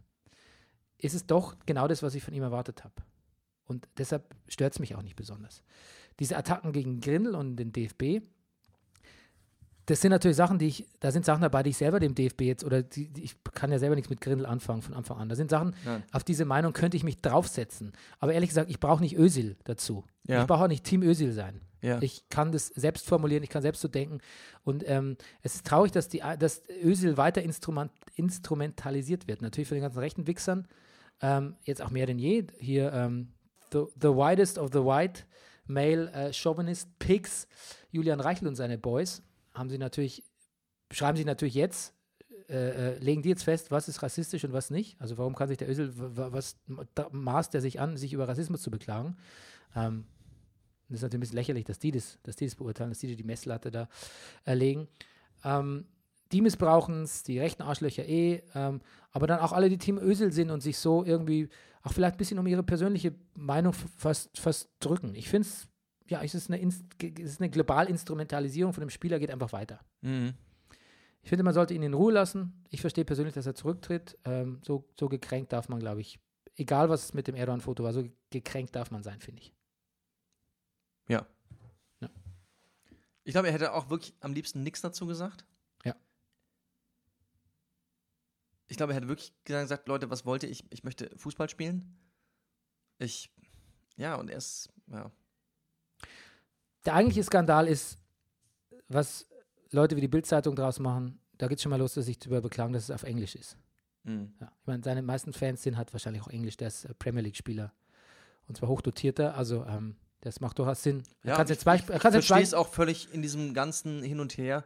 [SPEAKER 2] ist es doch genau das, was ich von ihm erwartet habe. Und deshalb stört es mich auch nicht besonders. Diese Attacken gegen Grindel und den DFB, das sind natürlich Sachen, die ich, da sind Sachen dabei, die ich selber dem DFB jetzt, oder die, die, ich kann ja selber nichts mit Grindel anfangen von Anfang an. Da sind Sachen,
[SPEAKER 1] Nein.
[SPEAKER 2] auf diese Meinung könnte ich mich draufsetzen. Aber ehrlich gesagt, ich brauche nicht Ösil dazu.
[SPEAKER 1] Ja.
[SPEAKER 2] Ich brauche auch nicht Team Ösil sein.
[SPEAKER 1] Ja.
[SPEAKER 2] Ich kann das selbst formulieren, ich kann selbst so denken. Und ähm, es ist traurig, dass, die, dass Ösil weiter instrument, instrumentalisiert wird. Natürlich von den ganzen rechten Wichsern. Ähm, jetzt auch mehr denn je. Hier ähm, the, the Widest of the White Male äh, Chauvinist Pigs, Julian Reichel und seine Boys, haben sie natürlich, schreiben sie natürlich jetzt, äh, äh, legen die jetzt fest, was ist rassistisch und was nicht. Also warum kann sich der Ösel, w- w- was m- da- maßt er sich an, sich über Rassismus zu beklagen? Ähm, das ist natürlich ein bisschen lächerlich, dass die das, dass die das beurteilen, dass die die Messlatte da erlegen. Ähm, die missbrauchen es, die rechten Arschlöcher eh, ähm, aber dann auch alle, die Team Ösel sind und sich so irgendwie auch vielleicht ein bisschen um ihre persönliche Meinung f- fast, fast drücken. Ich finde es, ja, es ist eine, Inst- ge- es ist eine global Instrumentalisierung von dem Spieler, geht einfach weiter.
[SPEAKER 1] Mhm.
[SPEAKER 2] Ich finde, man sollte ihn in Ruhe lassen. Ich verstehe persönlich, dass er zurücktritt. Ähm, so, so gekränkt darf man, glaube ich, egal was es mit dem Erdogan-Foto war, so gekränkt darf man sein, finde ich.
[SPEAKER 1] Ja.
[SPEAKER 2] Ja.
[SPEAKER 1] Ich glaube, er hätte auch wirklich am liebsten nichts dazu gesagt.
[SPEAKER 2] Ja.
[SPEAKER 1] Ich glaube, er hätte wirklich gesagt, Leute, was wollt ihr? Ich, ich möchte Fußball spielen. Ich, ja, und er ist, ja.
[SPEAKER 2] Der eigentliche Skandal ist, was Leute wie die Bild-Zeitung draus machen. Da geht es schon mal los, dass sich darüber beklagen, dass es auf Englisch ist.
[SPEAKER 1] Mhm.
[SPEAKER 2] Ja. Ich meine, seine meisten Fans sind halt wahrscheinlich auch Englisch. Der ist äh, Premier League-Spieler. Und zwar hochdotierter. Also, ähm, das macht durchaus Sinn. Er
[SPEAKER 1] Ja,
[SPEAKER 2] kann
[SPEAKER 1] und
[SPEAKER 2] jetzt zwei, er kann's jetzt
[SPEAKER 1] Verstehe
[SPEAKER 2] Also zwei,
[SPEAKER 1] es auch völlig in diesem ganzen Hin und Her,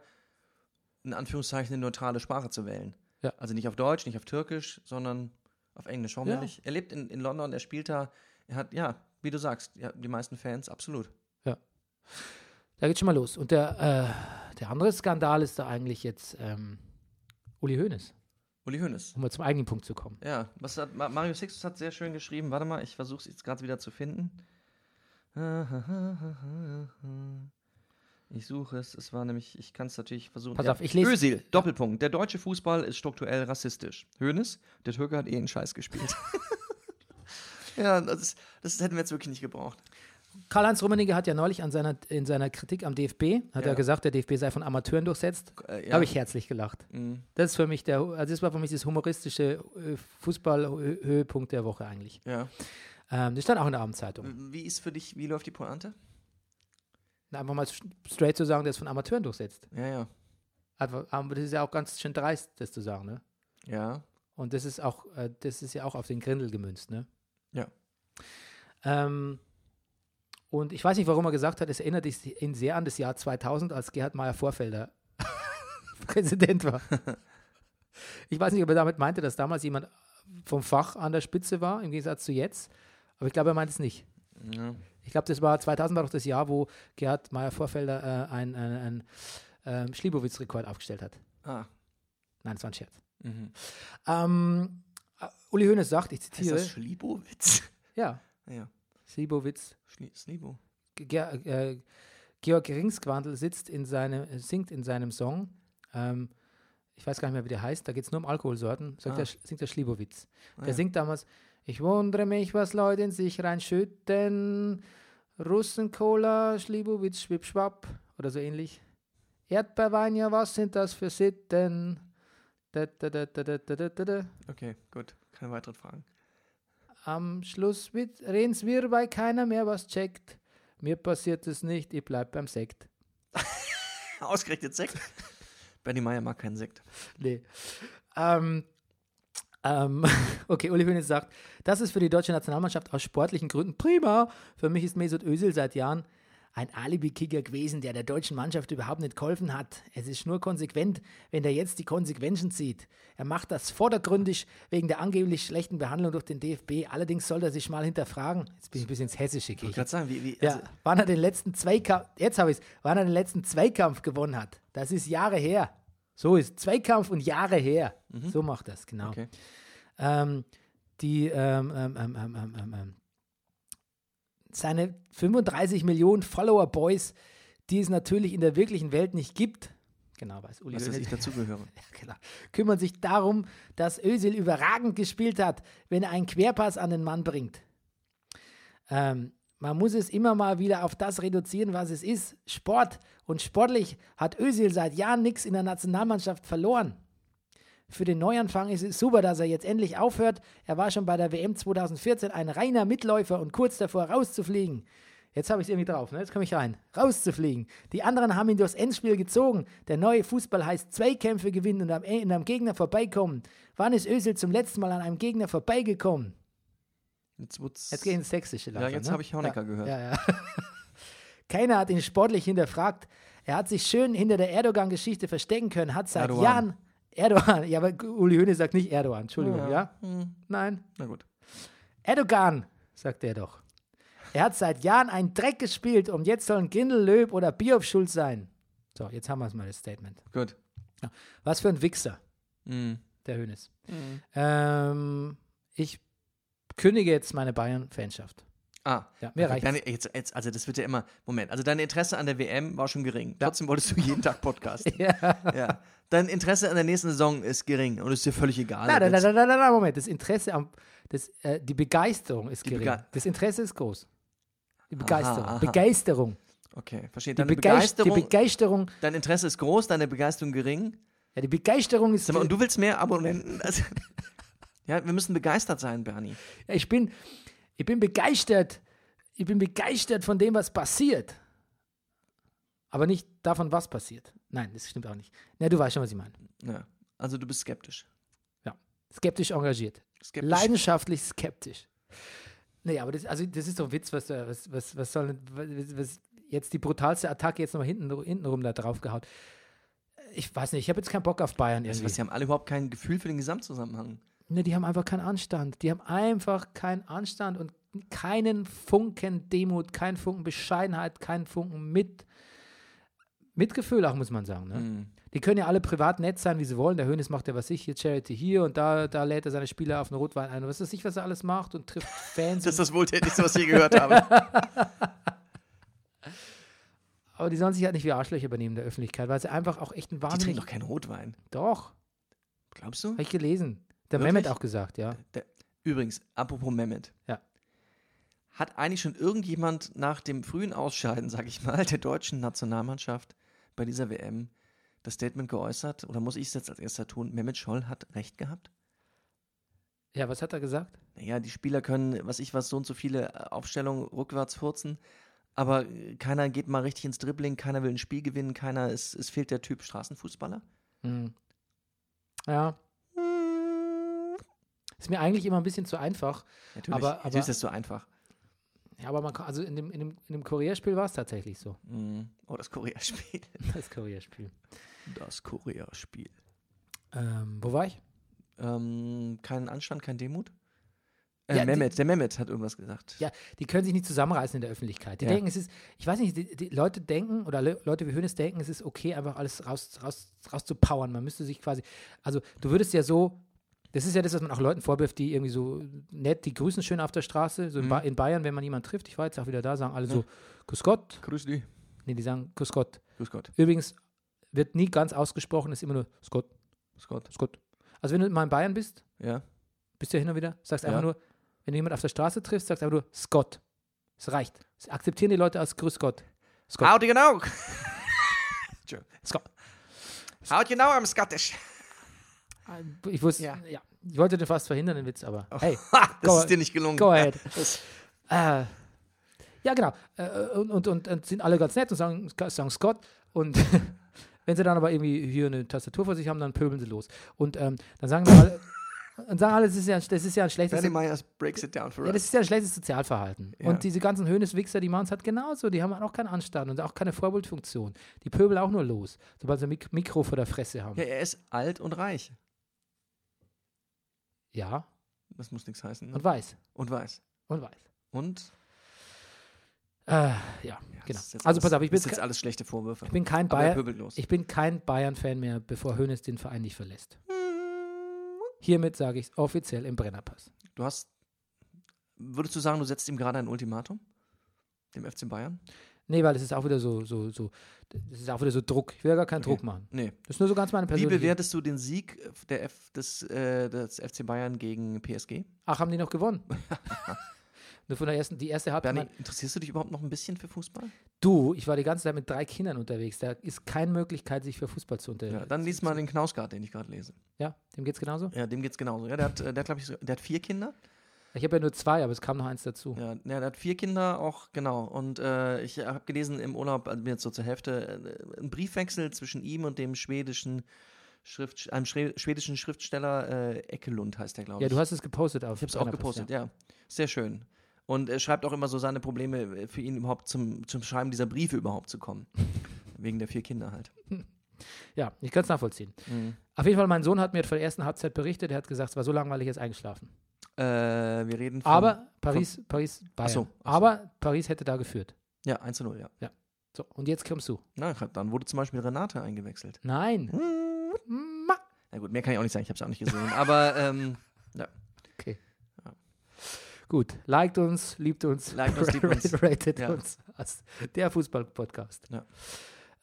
[SPEAKER 1] in Anführungszeichen, eine neutrale Sprache zu wählen.
[SPEAKER 2] Ja.
[SPEAKER 1] Also nicht auf Deutsch, nicht auf Türkisch, sondern auf Englisch. Warum
[SPEAKER 2] Ja.
[SPEAKER 1] ja. nicht? Er lebt in, in London, er spielt da. Er hat, ja, wie du sagst, ja, die meisten Fans, absolut.
[SPEAKER 2] Da geht schon mal los. Und der, äh, der andere Skandal ist da eigentlich jetzt ähm, Uli Hoeneß,
[SPEAKER 1] Uli Hoeneß.
[SPEAKER 2] um mal zum eigenen Punkt zu kommen.
[SPEAKER 1] Ja, was hat, Ma- Mario Sixtus hat sehr schön geschrieben. Warte mal, ich versuche es jetzt gerade wieder zu finden. Ich suche es. Es war nämlich, ich kann es natürlich versuchen.
[SPEAKER 2] Pass auf, ich lese-
[SPEAKER 1] Özil, Doppelpunkt. Der deutsche Fußball ist strukturell rassistisch. Hoeneß, der Türke hat eh einen Scheiß gespielt. ja, das, ist, das hätten wir jetzt wirklich nicht gebraucht.
[SPEAKER 2] Karl-Heinz Rummenigge hat ja neulich an seiner, in seiner Kritik am DFB, hat
[SPEAKER 1] Ja.
[SPEAKER 2] er gesagt, der DFB sei von Amateuren durchsetzt.
[SPEAKER 1] Äh,
[SPEAKER 2] Da habe ich herzlich gelacht.
[SPEAKER 1] Mhm.
[SPEAKER 2] Das ist für mich der, also das war für mich das humoristische äh, Fußball-Höhepunkt der Woche eigentlich.
[SPEAKER 1] ja. Hm.
[SPEAKER 2] Ähm, das stand auch in der Abendzeitung.
[SPEAKER 1] Wie ist für dich, wie läuft die Pointe?
[SPEAKER 2] Einfach mal straight zu sagen, der ist von Amateuren durchsetzt.
[SPEAKER 1] Ja, ja.
[SPEAKER 2] Aber, aber das ist ja auch ganz schön dreist, das zu sagen, ne?
[SPEAKER 1] Ja.
[SPEAKER 2] Und das ist auch, äh, das ist ja auch auf den Grindel gemünzt, ne?
[SPEAKER 1] Ja.
[SPEAKER 2] Ähm, und ich weiß nicht, warum er gesagt hat, es erinnert ihn sehr an das Jahr 2000, als Gerhard Meyer Vorfelder Präsident war. Ich weiß nicht, ob er damit meinte, dass damals jemand vom Fach an der Spitze war, im Gegensatz zu jetzt. Aber ich glaube, er meint es nicht.
[SPEAKER 1] ja.
[SPEAKER 2] Ich glaube, das war 2000 war doch das Jahr, wo Gerhard Meyer Vorfelder äh, einen ein, ähm, Schlibowitz-Rekord aufgestellt hat.
[SPEAKER 1] Ah.
[SPEAKER 2] Nein, das war ein Scherz.
[SPEAKER 1] Mhm.
[SPEAKER 2] Ähm, äh, Uli Hoeneß sagt, ich
[SPEAKER 1] Ist
[SPEAKER 2] zitiere,
[SPEAKER 1] das Schlibowitz?
[SPEAKER 2] ja,
[SPEAKER 1] Ja.
[SPEAKER 2] Schlibowitz
[SPEAKER 1] Schli Schlibo.
[SPEAKER 2] Ger äh, Georg Ringsquandl sitzt in seinem, äh, singt in seinem Song, ähm, ich weiß gar nicht mehr, wie der heißt, da geht es nur um Alkoholsorten, sagt
[SPEAKER 1] Ah.
[SPEAKER 2] der, Sch- singt der Schlibowitz. der
[SPEAKER 1] ja.
[SPEAKER 2] singt damals, ich wundere mich, was Leute in sich reinschütten, Russen-Cola, Schlibowitz, Schwipp-Schwapp oder so ähnlich. Erdbeerwein, ja, was sind das für Sitten? Da, da, da, da, da, da, da, da, da.
[SPEAKER 1] Okay, gut. Keine weiteren Fragen.
[SPEAKER 2] Am Schluss wird- reden's wir, weil keiner mehr was checkt. Mir passiert es nicht, ich bleib beim Sekt.
[SPEAKER 1] Ausgerechnet Sekt. Benny Meyer mag keinen Sekt.
[SPEAKER 2] Nee. Ähm, ähm, okay, Uli Hoeneß sagt, das ist für die deutsche Nationalmannschaft aus sportlichen Gründen prima. Für mich ist Mesut Özil seit Jahren ein Alibi-Kicker gewesen, der der deutschen Mannschaft überhaupt nicht geholfen hat. Es ist nur konsequent, wenn er jetzt die Konsequenzen zieht. Er macht das vordergründig wegen der angeblich schlechten Behandlung durch den DFB. Allerdings soll er sich mal hinterfragen. Jetzt bin ich ein bisschen ins Hessische
[SPEAKER 1] Ich wollte gerade
[SPEAKER 2] gegangen.
[SPEAKER 1] sagen, wie, wie
[SPEAKER 2] Ja,
[SPEAKER 1] also,
[SPEAKER 2] wann er den letzten Zweikampf, jetzt habe ich es, wann er den letzten Zweikampf gewonnen hat. Das ist Jahre her. So ist Zweikampf und Jahre her. So macht das, genau.
[SPEAKER 1] Mhm. Okay.
[SPEAKER 2] Ähm, die, ähm, ähm, ähm, ähm, ähm, ähm, ähm, seine 35 Millionen Follower-Boys, die es natürlich in der wirklichen Welt nicht gibt, genau, weiß Uli
[SPEAKER 1] was, dass
[SPEAKER 2] Hoeneß-
[SPEAKER 1] ich dazugehöre.
[SPEAKER 2] Klar. genau. kümmern sich darum, dass Özil überragend gespielt hat, wenn er einen Querpass an den Mann bringt. Ähm, man muss es immer mal wieder auf das reduzieren, was es ist. Sport und sportlich hat Özil seit Jahren nichts in der Nationalmannschaft verloren. Für den Neuanfang ist es super, dass er jetzt endlich aufhört. Er war schon bei der WM 2014 ein reiner Mitläufer und kurz davor rauszufliegen. Jetzt habe ich es irgendwie drauf, ne? Jetzt komme ich rein. Rauszufliegen. Die anderen haben ihn durchs Endspiel gezogen. Der neue Fußball heißt Zweikämpfe gewinnen und am, E- und am Gegner vorbeikommen. Wann ist Özil zum letzten Mal an einem Gegner vorbeigekommen?
[SPEAKER 1] Jetzt wird's.
[SPEAKER 2] Jetzt gehen ins Sächsische langsam,
[SPEAKER 1] jetzt
[SPEAKER 2] ne?
[SPEAKER 1] habe ich Honecker gehört.
[SPEAKER 2] Ja, ja. Keiner hat ihn sportlich hinterfragt. Er hat sich schön hinter der Erdogan-Geschichte verstecken können, hat seit
[SPEAKER 1] Erdogan.
[SPEAKER 2] Jahren Erdogan, ja, aber Uli Hoeneß sagt nicht Erdogan, Entschuldigung, ja? Nein,
[SPEAKER 1] Hm. Na gut.
[SPEAKER 2] Erdogan, sagt er doch. Er hat seit Jahren einen Dreck gespielt und jetzt sollen Gindel, Löb oder Biob schuld sein. So, jetzt haben wir es mal, das Statement.
[SPEAKER 1] Gut.
[SPEAKER 2] Was für ein Wichser,
[SPEAKER 1] Mhm.
[SPEAKER 2] der Hönes. Ähm, ich kündige jetzt meine Bayern-Fanschaft.
[SPEAKER 1] Ah,
[SPEAKER 2] Ja, mir
[SPEAKER 1] okay.
[SPEAKER 2] reicht's.
[SPEAKER 1] Deine- jetzt, jetzt, also das wird ja immer, Moment, also dein Interesse an der WM war schon gering.
[SPEAKER 2] Ja.
[SPEAKER 1] Trotzdem wolltest du jeden Tag Podcast.
[SPEAKER 2] Ja.
[SPEAKER 1] ja. Dein Interesse an der nächsten Saison ist gering und ist dir völlig egal.
[SPEAKER 2] Nein, nein,
[SPEAKER 1] Jetzt-
[SPEAKER 2] nein, nein, nein, nein, Moment. Das Interesse am, das, äh, die Begeisterung ist
[SPEAKER 1] Die
[SPEAKER 2] gering.
[SPEAKER 1] Bege-
[SPEAKER 2] das Interesse ist groß. Die Begeisterung.
[SPEAKER 1] aha.
[SPEAKER 2] Begeisterung.
[SPEAKER 1] Okay, verstehe.
[SPEAKER 2] Die,
[SPEAKER 1] Deine
[SPEAKER 2] Begeist-
[SPEAKER 1] Begeisterung,
[SPEAKER 2] die Begeisterung.
[SPEAKER 1] dein Interesse ist groß, deine Begeisterung gering.
[SPEAKER 2] Ja, die Begeisterung ist.
[SPEAKER 1] Sag mal, und du willst mehr Abonnenten? Also, ja, wir müssen begeistert sein, Bernie.
[SPEAKER 2] Ja, ich bin, ich bin begeistert. Ich bin begeistert von dem, was passiert. Aber nicht davon, was passiert. Nein, das stimmt auch nicht. Na, du weißt schon, was ich meine.
[SPEAKER 1] Ja. Also du bist skeptisch.
[SPEAKER 2] Skeptisch engagiert.
[SPEAKER 1] Skeptisch.
[SPEAKER 2] Leidenschaftlich skeptisch. Nee, aber das, also das ist doch ein Witz, was, da- was, was, was soll was, was jetzt die brutalste Attacke jetzt nochmal hinten, hintenrum da drauf gehauen. Ich weiß nicht, ich habe jetzt keinen Bock auf Bayern
[SPEAKER 1] Also,
[SPEAKER 2] irgendwie.
[SPEAKER 1] was, die haben alle überhaupt kein Gefühl für den Gesamtzusammenhang.
[SPEAKER 2] Ne, die haben einfach keinen Anstand. Die haben einfach keinen Anstand und keinen Funken Demut, keinen Funken Bescheidenheit, keinen Funken mit Mitgefühl auch, muss man sagen. Ne?
[SPEAKER 1] Mhm.
[SPEAKER 2] Die können ja alle privat nett sein, wie sie wollen. Der Hönes macht ja was ich, hier Charity hier und da, da lädt er seine Spieler auf einen Rotwein ein und was weiß ich, was er alles macht und trifft Fans.
[SPEAKER 1] Das ist
[SPEAKER 2] und,
[SPEAKER 1] das Wohltätigste, was ich je gehört habe.
[SPEAKER 2] aber die sollen sich halt nicht wie Arschlöcher benehmen in der Öffentlichkeit, weil sie einfach auch echt ein
[SPEAKER 1] Die trinken
[SPEAKER 2] wahnsinnig...
[SPEAKER 1] doch keinen Rotwein.
[SPEAKER 2] Doch,
[SPEAKER 1] Glaubst du?
[SPEAKER 2] habe ich gelesen. Der
[SPEAKER 1] Wirklich?
[SPEAKER 2] Mehmet auch gesagt, ja.
[SPEAKER 1] Der, übrigens, apropos Mehmet.
[SPEAKER 2] Ja.
[SPEAKER 1] Hat eigentlich schon irgendjemand nach dem frühen Ausscheiden, sag ich mal, der deutschen Nationalmannschaft bei dieser WM das Statement geäußert? Oder muss ich es jetzt als erster tun? Mehmet Scholl hat recht gehabt?
[SPEAKER 2] Ja, was hat er gesagt?
[SPEAKER 1] Naja, die Spieler können, was ich was, so und so viele äh, Aufstellungen rückwärts furzen. aber keiner geht mal richtig ins Dribbling, keiner will ein Spiel gewinnen, keiner ist, es fehlt der Typ Straßenfußballer.
[SPEAKER 2] Hm. Ja. Ist mir eigentlich immer ein bisschen zu einfach.
[SPEAKER 1] Natürlich,
[SPEAKER 2] Aber-
[SPEAKER 1] Natürlich ist
[SPEAKER 2] aber-
[SPEAKER 1] das so einfach.
[SPEAKER 2] Ja, aber man kann, also in dem, in dem, in dem Korea-Spiel war es tatsächlich so.
[SPEAKER 1] Mhm. Oh, das Korea-Spiel.
[SPEAKER 2] Das Korea-Spiel.
[SPEAKER 1] Das Korea-Spiel.
[SPEAKER 2] Ähm, wo war ich?
[SPEAKER 1] Ähm, kein Anstand, kein Demut? Äh,
[SPEAKER 2] Ja, die-
[SPEAKER 1] Mehmet, der Mehmet hat irgendwas gesagt.
[SPEAKER 2] Ja, die können sich nicht zusammenreißen in der Öffentlichkeit. Die
[SPEAKER 1] Ja.
[SPEAKER 2] denken, es ist, ich weiß nicht, die, die Leute denken oder Le Leute wie Hönes denken, es ist okay, einfach alles raus, raus, raus zu powern. Man müsste sich quasi, also du würdest ja so, das ist ja das, was man auch Leuten vorwirft, die irgendwie so nett, die grüßen schön auf der Straße, so in, ba in Bayern, wenn man jemanden trifft, ich war jetzt auch wieder da, sagen alle so, Grüß Gott.
[SPEAKER 1] Grüß dich.
[SPEAKER 2] Nee, die sagen, Grüß Gott.
[SPEAKER 1] Grüß Gott.
[SPEAKER 2] Übrigens wird nie ganz ausgesprochen, ist immer nur Scott,
[SPEAKER 1] Grüß Gott.
[SPEAKER 2] Scott. Also wenn du mal in Bayern bist,
[SPEAKER 1] Ja.
[SPEAKER 2] bist du ja hin und wieder, sagst einfach
[SPEAKER 1] Ja.
[SPEAKER 2] nur, wenn du jemanden auf der Straße triffst, sagst einfach nur Scott. Es reicht. Das akzeptieren die Leute als Grüß Gott. Scott.
[SPEAKER 1] Howdy genau.
[SPEAKER 2] Scott.
[SPEAKER 1] Howdy genau am Scottish.
[SPEAKER 2] Ich wusste, ja.
[SPEAKER 1] Ja.
[SPEAKER 2] ich wollte den fast verhindern, den Witz, aber hey,
[SPEAKER 1] Ha, das
[SPEAKER 2] Go
[SPEAKER 1] ist dir nicht gelungen.
[SPEAKER 2] go ahead.
[SPEAKER 1] Oh. Das-
[SPEAKER 2] äh, ja, genau. Äh, und, und, und, und sind alle ganz nett und sagen, sagen Scott und wenn sie dann aber irgendwie hier eine Tastatur vor sich haben, dann pöbeln sie los. Und ähm, dann sagen wir alle, dann sagen alle, das ist ja, ein- das ist ja ein schlechtes
[SPEAKER 1] Danny Myers breaks it down for
[SPEAKER 2] Ja, das
[SPEAKER 1] us.
[SPEAKER 2] ist ja ein schlechtes Sozialverhalten.
[SPEAKER 1] Ja.
[SPEAKER 2] Und diese ganzen Höhneswichser, die machen es halt genauso. Die haben halt auch keinen Anstand und auch keine Vorbildfunktion. Die pöbeln auch nur los, sobald sie ein Mik Mikro vor der Fresse haben.
[SPEAKER 1] Ja,
[SPEAKER 2] Ja.
[SPEAKER 1] er ist alt und reich. Das muss nichts heißen. Ne?
[SPEAKER 2] und weiß.
[SPEAKER 1] Und weiß.
[SPEAKER 2] Und weiß.
[SPEAKER 1] Und?
[SPEAKER 2] Äh, ja, genau.
[SPEAKER 1] Das ist jetzt
[SPEAKER 2] Also pass
[SPEAKER 1] alles-
[SPEAKER 2] auf, ich bin,
[SPEAKER 1] das ist
[SPEAKER 2] jetzt
[SPEAKER 1] jetzt
[SPEAKER 2] ke-
[SPEAKER 1] alles schlechte Vorwürfe.
[SPEAKER 2] ich bin kein
[SPEAKER 1] Aber er
[SPEAKER 2] Bayern.
[SPEAKER 1] pöbelt los.
[SPEAKER 2] Ich bin kein Bayern-Fan mehr, bevor Hönes den Verein nicht verlässt.
[SPEAKER 1] Mhm.
[SPEAKER 2] Hiermit sage ich es offiziell im Brennerpass.
[SPEAKER 1] Du hast, würdest du sagen, du setzt ihm gerade ein Ultimatum? Dem FC Bayern?
[SPEAKER 2] Nee, weil das ist auch wieder so, so, so, das ist auch wieder so Druck. Ich will ja gar keinen
[SPEAKER 1] Okay.
[SPEAKER 2] Druck machen.
[SPEAKER 1] Nee.
[SPEAKER 2] Das ist nur so ganz meine
[SPEAKER 1] Wie
[SPEAKER 2] persönliche.
[SPEAKER 1] bewertest du den Sieg der F des, äh, des FC Bayern gegen PSG?
[SPEAKER 2] Ach, haben die noch gewonnen? nur von der ersten, die erste Halbzeit.
[SPEAKER 1] Bernie, interessierst du dich überhaupt noch ein bisschen für Fußball?
[SPEAKER 2] Du, ich war die ganze Zeit mit drei Kindern unterwegs. Da ist keine Möglichkeit, sich für Fußball zu unterhalten.
[SPEAKER 1] Ja, dann lies mal den Knausgard, den ich gerade lese.
[SPEAKER 2] Ja, dem geht's genauso.
[SPEAKER 1] Ja, dem geht's genauso. Ja, der hat, äh, der hat, glaub ich, so- der hat vier Kinder.
[SPEAKER 2] Ich habe ja nur zwei, aber es kam noch eins dazu.
[SPEAKER 1] Ja, ja, der hat vier Kinder, auch genau. Und äh, ich habe gelesen im Urlaub, also bin jetzt so zur Hälfte, äh, ein Briefwechsel zwischen ihm und dem schwedischen, Schrift, einem Schre- schwedischen Schriftsteller äh, Eckelund heißt der, glaube ich.
[SPEAKER 2] Ja, du hast es gepostet auf.
[SPEAKER 1] Ich habe es auch gepostet, ja. Sehr schön. Und er schreibt auch immer so seine Probleme, äh, für ihn überhaupt zum, zum Schreiben dieser Briefe überhaupt zu kommen. Wegen der vier Kinder halt.
[SPEAKER 2] Ja, ich kann es nachvollziehen.
[SPEAKER 1] Mhm.
[SPEAKER 2] Auf jeden Fall, mein Sohn hat mir von der ersten Halbzeit berichtet. Er hat gesagt, es war so langweilig, er ist eingeschlafen.
[SPEAKER 1] Äh, wir reden von.
[SPEAKER 2] Aber Paris, Paris,
[SPEAKER 1] Ach
[SPEAKER 2] Bayern.
[SPEAKER 1] so, ach so.
[SPEAKER 2] Aber Paris hätte da geführt.
[SPEAKER 1] Ja, 1 zu 0, ja.
[SPEAKER 2] So, und jetzt kommst du.
[SPEAKER 1] Na, dann wurde zum Beispiel Renate eingewechselt.
[SPEAKER 2] Nein.
[SPEAKER 1] Hm?
[SPEAKER 2] Ma-
[SPEAKER 1] Na gut, mehr kann ich auch nicht sagen, ich habe es auch nicht gesehen. Aber ähm,
[SPEAKER 2] Okay. Gut, liked uns, liebt uns,
[SPEAKER 1] Liked uns, liebt uns.
[SPEAKER 2] rated
[SPEAKER 1] Ja.
[SPEAKER 2] uns als der Fußball-Podcast.
[SPEAKER 1] Ja.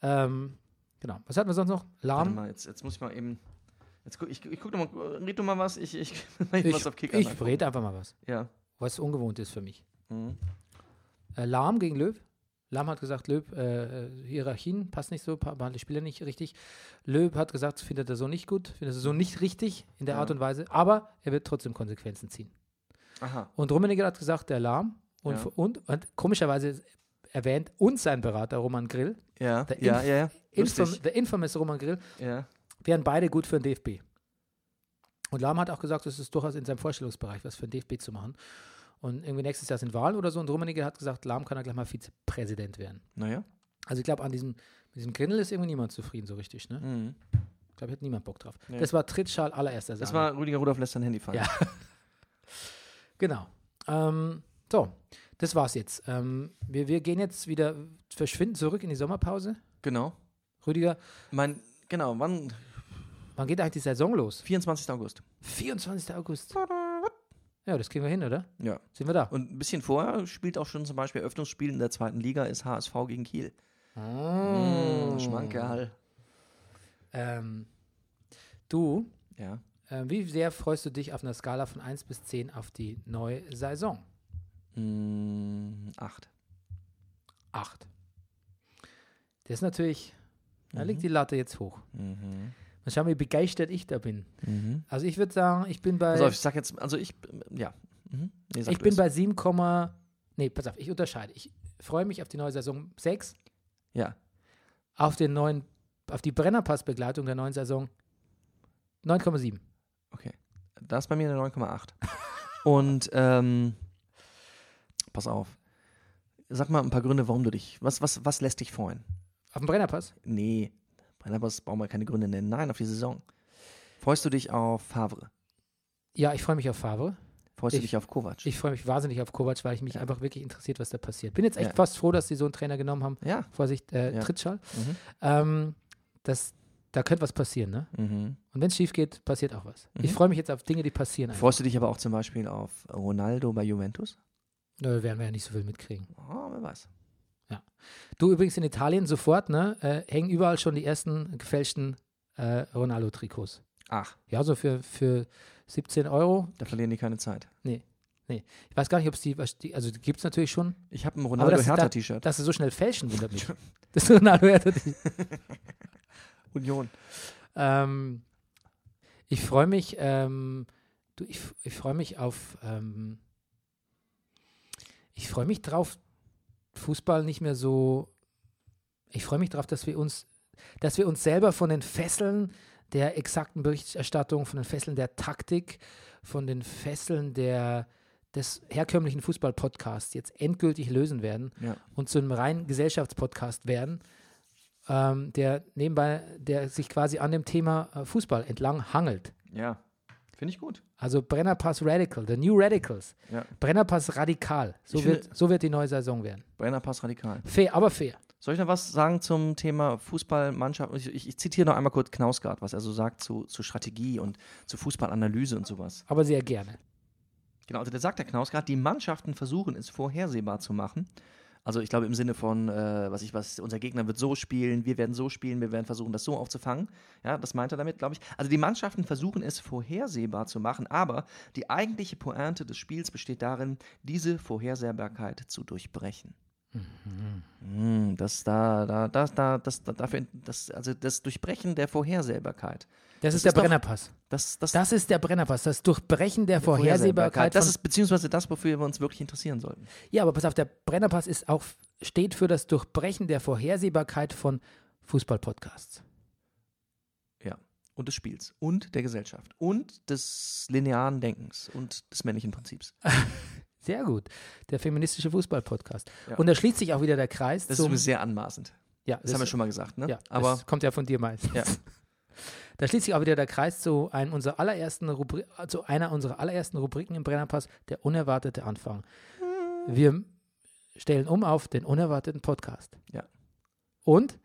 [SPEAKER 2] Ähm, genau. Was hatten wir sonst noch?
[SPEAKER 1] warte
[SPEAKER 2] Lahm.
[SPEAKER 1] mal, jetzt, jetzt muss ich mal eben. Jetzt guck, ich, ich guck doch mal, red du mal was, ich, ich, ich
[SPEAKER 2] Ich,
[SPEAKER 1] was auf Kicker.
[SPEAKER 2] ich
[SPEAKER 1] angucken.
[SPEAKER 2] rede einfach mal was,
[SPEAKER 1] Ja.
[SPEAKER 2] was ungewohnt ist für mich.
[SPEAKER 1] Mhm.
[SPEAKER 2] Äh, Lahm gegen Löw. Lahm hat gesagt, Löw, äh, äh, Hierarchien passt nicht so, pa- behandelt die Spieler nicht richtig. Löw hat gesagt, findet er so nicht gut, findet er so nicht richtig in der
[SPEAKER 1] Ja.
[SPEAKER 2] Art und Weise, aber er wird trotzdem Konsequenzen ziehen.
[SPEAKER 1] Aha.
[SPEAKER 2] Und Rummenigge hat gesagt, der Lahm und,
[SPEAKER 1] Ja.
[SPEAKER 2] und, und komischerweise erwähnt und sein Berater Roman Grill
[SPEAKER 1] Ja,
[SPEAKER 2] Der
[SPEAKER 1] ja,
[SPEAKER 2] Inf-
[SPEAKER 1] ja, ja.
[SPEAKER 2] Infam
[SPEAKER 1] Lustig.
[SPEAKER 2] der infamous Roman Grill,
[SPEAKER 1] Ja.
[SPEAKER 2] wären beide gut für den DFB. Und Lahm hat auch gesagt, es ist durchaus in seinem Vorstellungsbereich, was für den DFB zu machen. Und irgendwie nächstes Jahr sind Wahlen oder so. Und Rummenigge hat gesagt, Lahm kann ja gleich mal Vizepräsident werden.
[SPEAKER 1] Naja.
[SPEAKER 2] Also ich glaube, an diesem, mit diesem Grindel ist irgendwie niemand zufrieden so richtig. Ne?
[SPEAKER 1] Mhm.
[SPEAKER 2] Ich glaube, hätte niemand Bock drauf.
[SPEAKER 1] Nee.
[SPEAKER 2] Das war Trittschal allererster
[SPEAKER 1] Das
[SPEAKER 2] Sahne.
[SPEAKER 1] war Rüdiger Rudolf lässt sein Handy fallen.
[SPEAKER 2] Ja. Genau. Ähm, so, das war's jetzt. Ähm, wir, wir gehen jetzt wieder, verschwinden zurück in die Sommerpause.
[SPEAKER 1] Genau.
[SPEAKER 2] Rüdiger,
[SPEAKER 1] Mein, genau, wann?
[SPEAKER 2] wann geht eigentlich die Saison los?
[SPEAKER 1] 24. August.
[SPEAKER 2] 24. August. Ja, das kriegen wir hin, oder?
[SPEAKER 1] Ja.
[SPEAKER 2] Sind wir da?
[SPEAKER 1] Und ein bisschen vorher spielt auch schon zum Beispiel Eröffnungsspiel in der zweiten Liga ist HSV gegen Kiel. Mhm,
[SPEAKER 2] Oh.
[SPEAKER 1] Schmankerl.
[SPEAKER 2] Ähm, du,
[SPEAKER 1] Ja.
[SPEAKER 2] äh, wie sehr freust du dich auf einer Skala von 1 bis 10 auf die neue Saison?
[SPEAKER 1] Mm, acht.
[SPEAKER 2] 8. Das ist natürlich, da liegt die Latte jetzt hoch.
[SPEAKER 1] Mhm.
[SPEAKER 2] Mal schauen, wie begeistert ich da bin.
[SPEAKER 1] Mhm.
[SPEAKER 2] Also ich würde sagen, ich bin bei,
[SPEAKER 1] Also ich sag jetzt, also ich, ja. Mhm. Nee, sag
[SPEAKER 2] ich
[SPEAKER 1] du
[SPEAKER 2] bin
[SPEAKER 1] es.
[SPEAKER 2] bei 7, nee, pass auf, ich unterscheide. Ich, freue mich auf die neue Saison 6,
[SPEAKER 1] Ja.
[SPEAKER 2] auf den neuen, auf die Brennerpass-Begleitung der neuen Saison 9,7.
[SPEAKER 1] Okay. Da ist bei mir eine 9,8. Und ähm, pass auf. Sag mal ein paar Gründe, warum du dich. Was, was, was lässt dich freuen?
[SPEAKER 2] Auf den Brennerpass?
[SPEAKER 1] Nee, Brennerpass brauchen wir keine Gründe nennen. Nein, auf die Saison. Freust du dich auf Havre?
[SPEAKER 2] Ja, ich freue mich auf Favre.
[SPEAKER 1] Freust du
[SPEAKER 2] Ich-
[SPEAKER 1] dich auf Kovac?
[SPEAKER 2] Ich freue mich wahnsinnig auf Kovac, weil ich mich einfach wirklich interessiert, was da passiert. Bin jetzt echt
[SPEAKER 1] Ja.
[SPEAKER 2] fast froh, dass sie so einen Trainer genommen haben.
[SPEAKER 1] ja.
[SPEAKER 2] Vorsicht, äh,
[SPEAKER 1] Ja.
[SPEAKER 2] Trittschall.
[SPEAKER 1] Mhm.
[SPEAKER 2] Ähm, das, da könnte was passieren, ne?
[SPEAKER 1] Mhm.
[SPEAKER 2] Und wenn es schief geht, passiert auch was.
[SPEAKER 1] Mhm.
[SPEAKER 2] Ich freue mich jetzt auf Dinge, die passieren. einfach.
[SPEAKER 1] Freust du dich aber auch zum Beispiel auf Ronaldo bei Juventus?
[SPEAKER 2] Nö, werden wir ja nicht so viel mitkriegen.
[SPEAKER 1] Oh, wer weiß.
[SPEAKER 2] Du übrigens in Italien sofort, ne? Äh, hängen überall schon die ersten gefälschten äh, Ronaldo-Trikots.
[SPEAKER 1] Ach,
[SPEAKER 2] Ja, so für, für 17 Euro.
[SPEAKER 1] da verlieren die keine Zeit.
[SPEAKER 2] Ich weiß gar nicht, ob es die, was die, also gibt es natürlich schon,
[SPEAKER 1] Ich habe ein
[SPEAKER 2] das ist da-
[SPEAKER 1] Ronaldo-Hertha-T-Shirt.
[SPEAKER 2] dass sie so schnell fälschen, wundert mich. Das Ronaldo ja, das-
[SPEAKER 1] Union.
[SPEAKER 2] ähm, Ich freue mich, ähm, du, ich, ich freue mich auf, ähm, ich freue mich drauf, Fußball nicht mehr so, ich freue mich drauf, dass wir uns, dass wir uns selber von den Fesseln der exakten Berichterstattung, von den Fesseln der Taktik, von den Fesseln der, des herkömmlichen Fußball-Podcasts jetzt endgültig lösen werden
[SPEAKER 1] Ja.
[SPEAKER 2] und zu einem reinen Gesellschaftspodcast werden, ähm, der nebenbei, der sich quasi an dem Thema äh, Fußball entlang hangelt.
[SPEAKER 1] Ja. Finde ich gut.
[SPEAKER 2] Also Brennerpass Radical, The New Radicals.
[SPEAKER 1] Ja.
[SPEAKER 2] Brennerpass Radikal. So
[SPEAKER 1] Ich
[SPEAKER 2] wird, so wird die neue Saison werden.
[SPEAKER 1] Brennerpass radikal.
[SPEAKER 2] Fair, aber fair.
[SPEAKER 1] Soll ich noch was sagen zum Thema Fußballmannschaft? Ich, ich, ich zitiere noch einmal kurz Knausgard, was er so sagt zu, zu Strategie und zu Fußballanalyse und sowas.
[SPEAKER 2] Aber sehr gerne.
[SPEAKER 1] Genau, also der sagt der Knausgard, die Mannschaften versuchen es vorhersehbar zu machen. Also ich glaube im Sinne von, äh, was ich was, unser Gegner wird so spielen, wir werden so spielen, wir werden versuchen, das so aufzufangen. Ja, das meint er damit, glaube ich. Also die Mannschaften versuchen es vorhersehbar zu machen, aber die eigentliche Pointe des Spiels besteht darin, diese Vorhersehbarkeit zu durchbrechen.
[SPEAKER 2] Mhm.
[SPEAKER 1] Mm, Das da, da, das, da, das, da, dafür, das, also das Durchbrechen der Vorhersehbarkeit.
[SPEAKER 2] Das,
[SPEAKER 1] ist
[SPEAKER 2] ist der
[SPEAKER 1] doch-
[SPEAKER 2] Brennerpass.
[SPEAKER 1] Das, das,
[SPEAKER 2] Das ist der Brennerpass. Das Durchbrechen der Vorhersehbarkeit.
[SPEAKER 1] Das
[SPEAKER 2] von-
[SPEAKER 1] ist beziehungsweise das, wofür wir uns wirklich interessieren sollten.
[SPEAKER 2] ja, aber pass auf, der Brennerpass ist auch, steht für das Durchbrechen der Vorhersehbarkeit von Fußballpodcasts.
[SPEAKER 1] Ja. Und des Spiels und der Gesellschaft und des linearen Denkens und des männlichen Prinzips.
[SPEAKER 2] Sehr gut. Der feministische Fußballpodcast.
[SPEAKER 1] Ja.
[SPEAKER 2] Und da schließt sich auch wieder der Kreis
[SPEAKER 1] Das ist
[SPEAKER 2] zum.
[SPEAKER 1] übrigens sehr anmaßend.
[SPEAKER 2] ja,
[SPEAKER 1] Das, haben wir schon mal gesagt, ne?
[SPEAKER 2] Ja, aber
[SPEAKER 1] Aber
[SPEAKER 2] das kommt ja von dir meistens.
[SPEAKER 1] Ja.
[SPEAKER 2] Da schließt sich auch wieder der Kreis zu einem unserer allerersten Rubri zu einer unserer allerersten Rubriken im Brennerpass, der unerwartete Anfang. Wir stellen um auf den unerwarteten Podcast.
[SPEAKER 1] Ja.
[SPEAKER 2] Und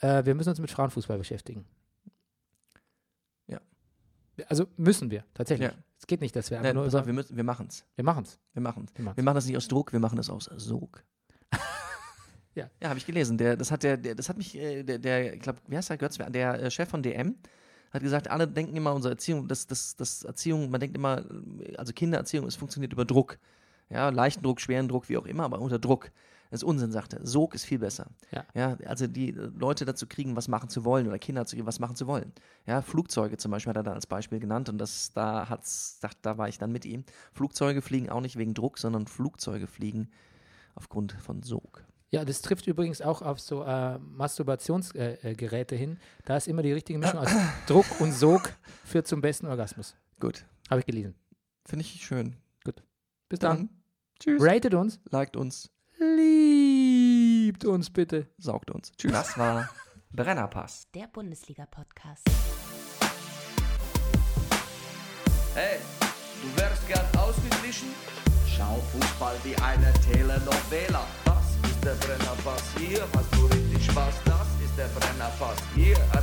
[SPEAKER 2] äh, wir müssen uns mit Frauenfußball beschäftigen.
[SPEAKER 1] Ja.
[SPEAKER 2] Also müssen wir, tatsächlich.
[SPEAKER 1] Ja.
[SPEAKER 2] Es geht nicht, dass wir einfach
[SPEAKER 1] nein,
[SPEAKER 2] nur
[SPEAKER 1] pass auf,
[SPEAKER 2] über.
[SPEAKER 1] wir, müssen- wir machen es.
[SPEAKER 2] Wir machen es.
[SPEAKER 1] Wir machen es.
[SPEAKER 2] Wir machen's.
[SPEAKER 1] Wir machen das nicht aus Druck, wir machen das aus Sog.
[SPEAKER 2] Ja.
[SPEAKER 1] ja habe ich gelesen. Der, das hat der, der, das hat mich, äh, der, der, ich glaube, wie heißt der Götz? Der äh, Chef von DM hat gesagt, alle denken immer, unsere Erziehung, das, das, das Erziehung, man denkt immer, äh, also Kindererziehung, es funktioniert über Druck. Ja, leichten Druck, schweren Druck, wie auch immer, aber unter Druck. Das ist Unsinn, sagte. er. Sog ist viel besser.
[SPEAKER 2] Ja.
[SPEAKER 1] also die äh, Leute dazu kriegen, was machen zu wollen oder Kinder zu was machen zu wollen. Ja, Flugzeuge zum Beispiel hat er da als Beispiel genannt und das da hat's, da, da war ich dann mit ihm. Flugzeuge fliegen auch nicht wegen Druck, sondern Flugzeuge fliegen aufgrund von Sog.
[SPEAKER 2] Ja, das trifft übrigens auch auf so äh, Masturbationsgeräte äh, äh, Geräte hin. Da ist immer die richtige Mischung aus Druck und Sog führt zum besten Orgasmus.
[SPEAKER 1] Gut,
[SPEAKER 2] Habe ich gelesen.
[SPEAKER 1] finde ich schön.
[SPEAKER 2] Bis dann.
[SPEAKER 1] Dann, tschüss.
[SPEAKER 2] Ratet uns.
[SPEAKER 1] Liked uns,
[SPEAKER 2] Liebt uns bitte.
[SPEAKER 1] saugt uns. Tschüss.
[SPEAKER 3] Das war Brennerpass.
[SPEAKER 4] Der Bundesliga-Podcast.
[SPEAKER 5] Hey, du wärst gern ausgeglichen? Schau Fußball wie eine Telenovela. Das ist der Brennerpass, hier hast du richtig Spaß. Das ist der Brennerpass, hier hast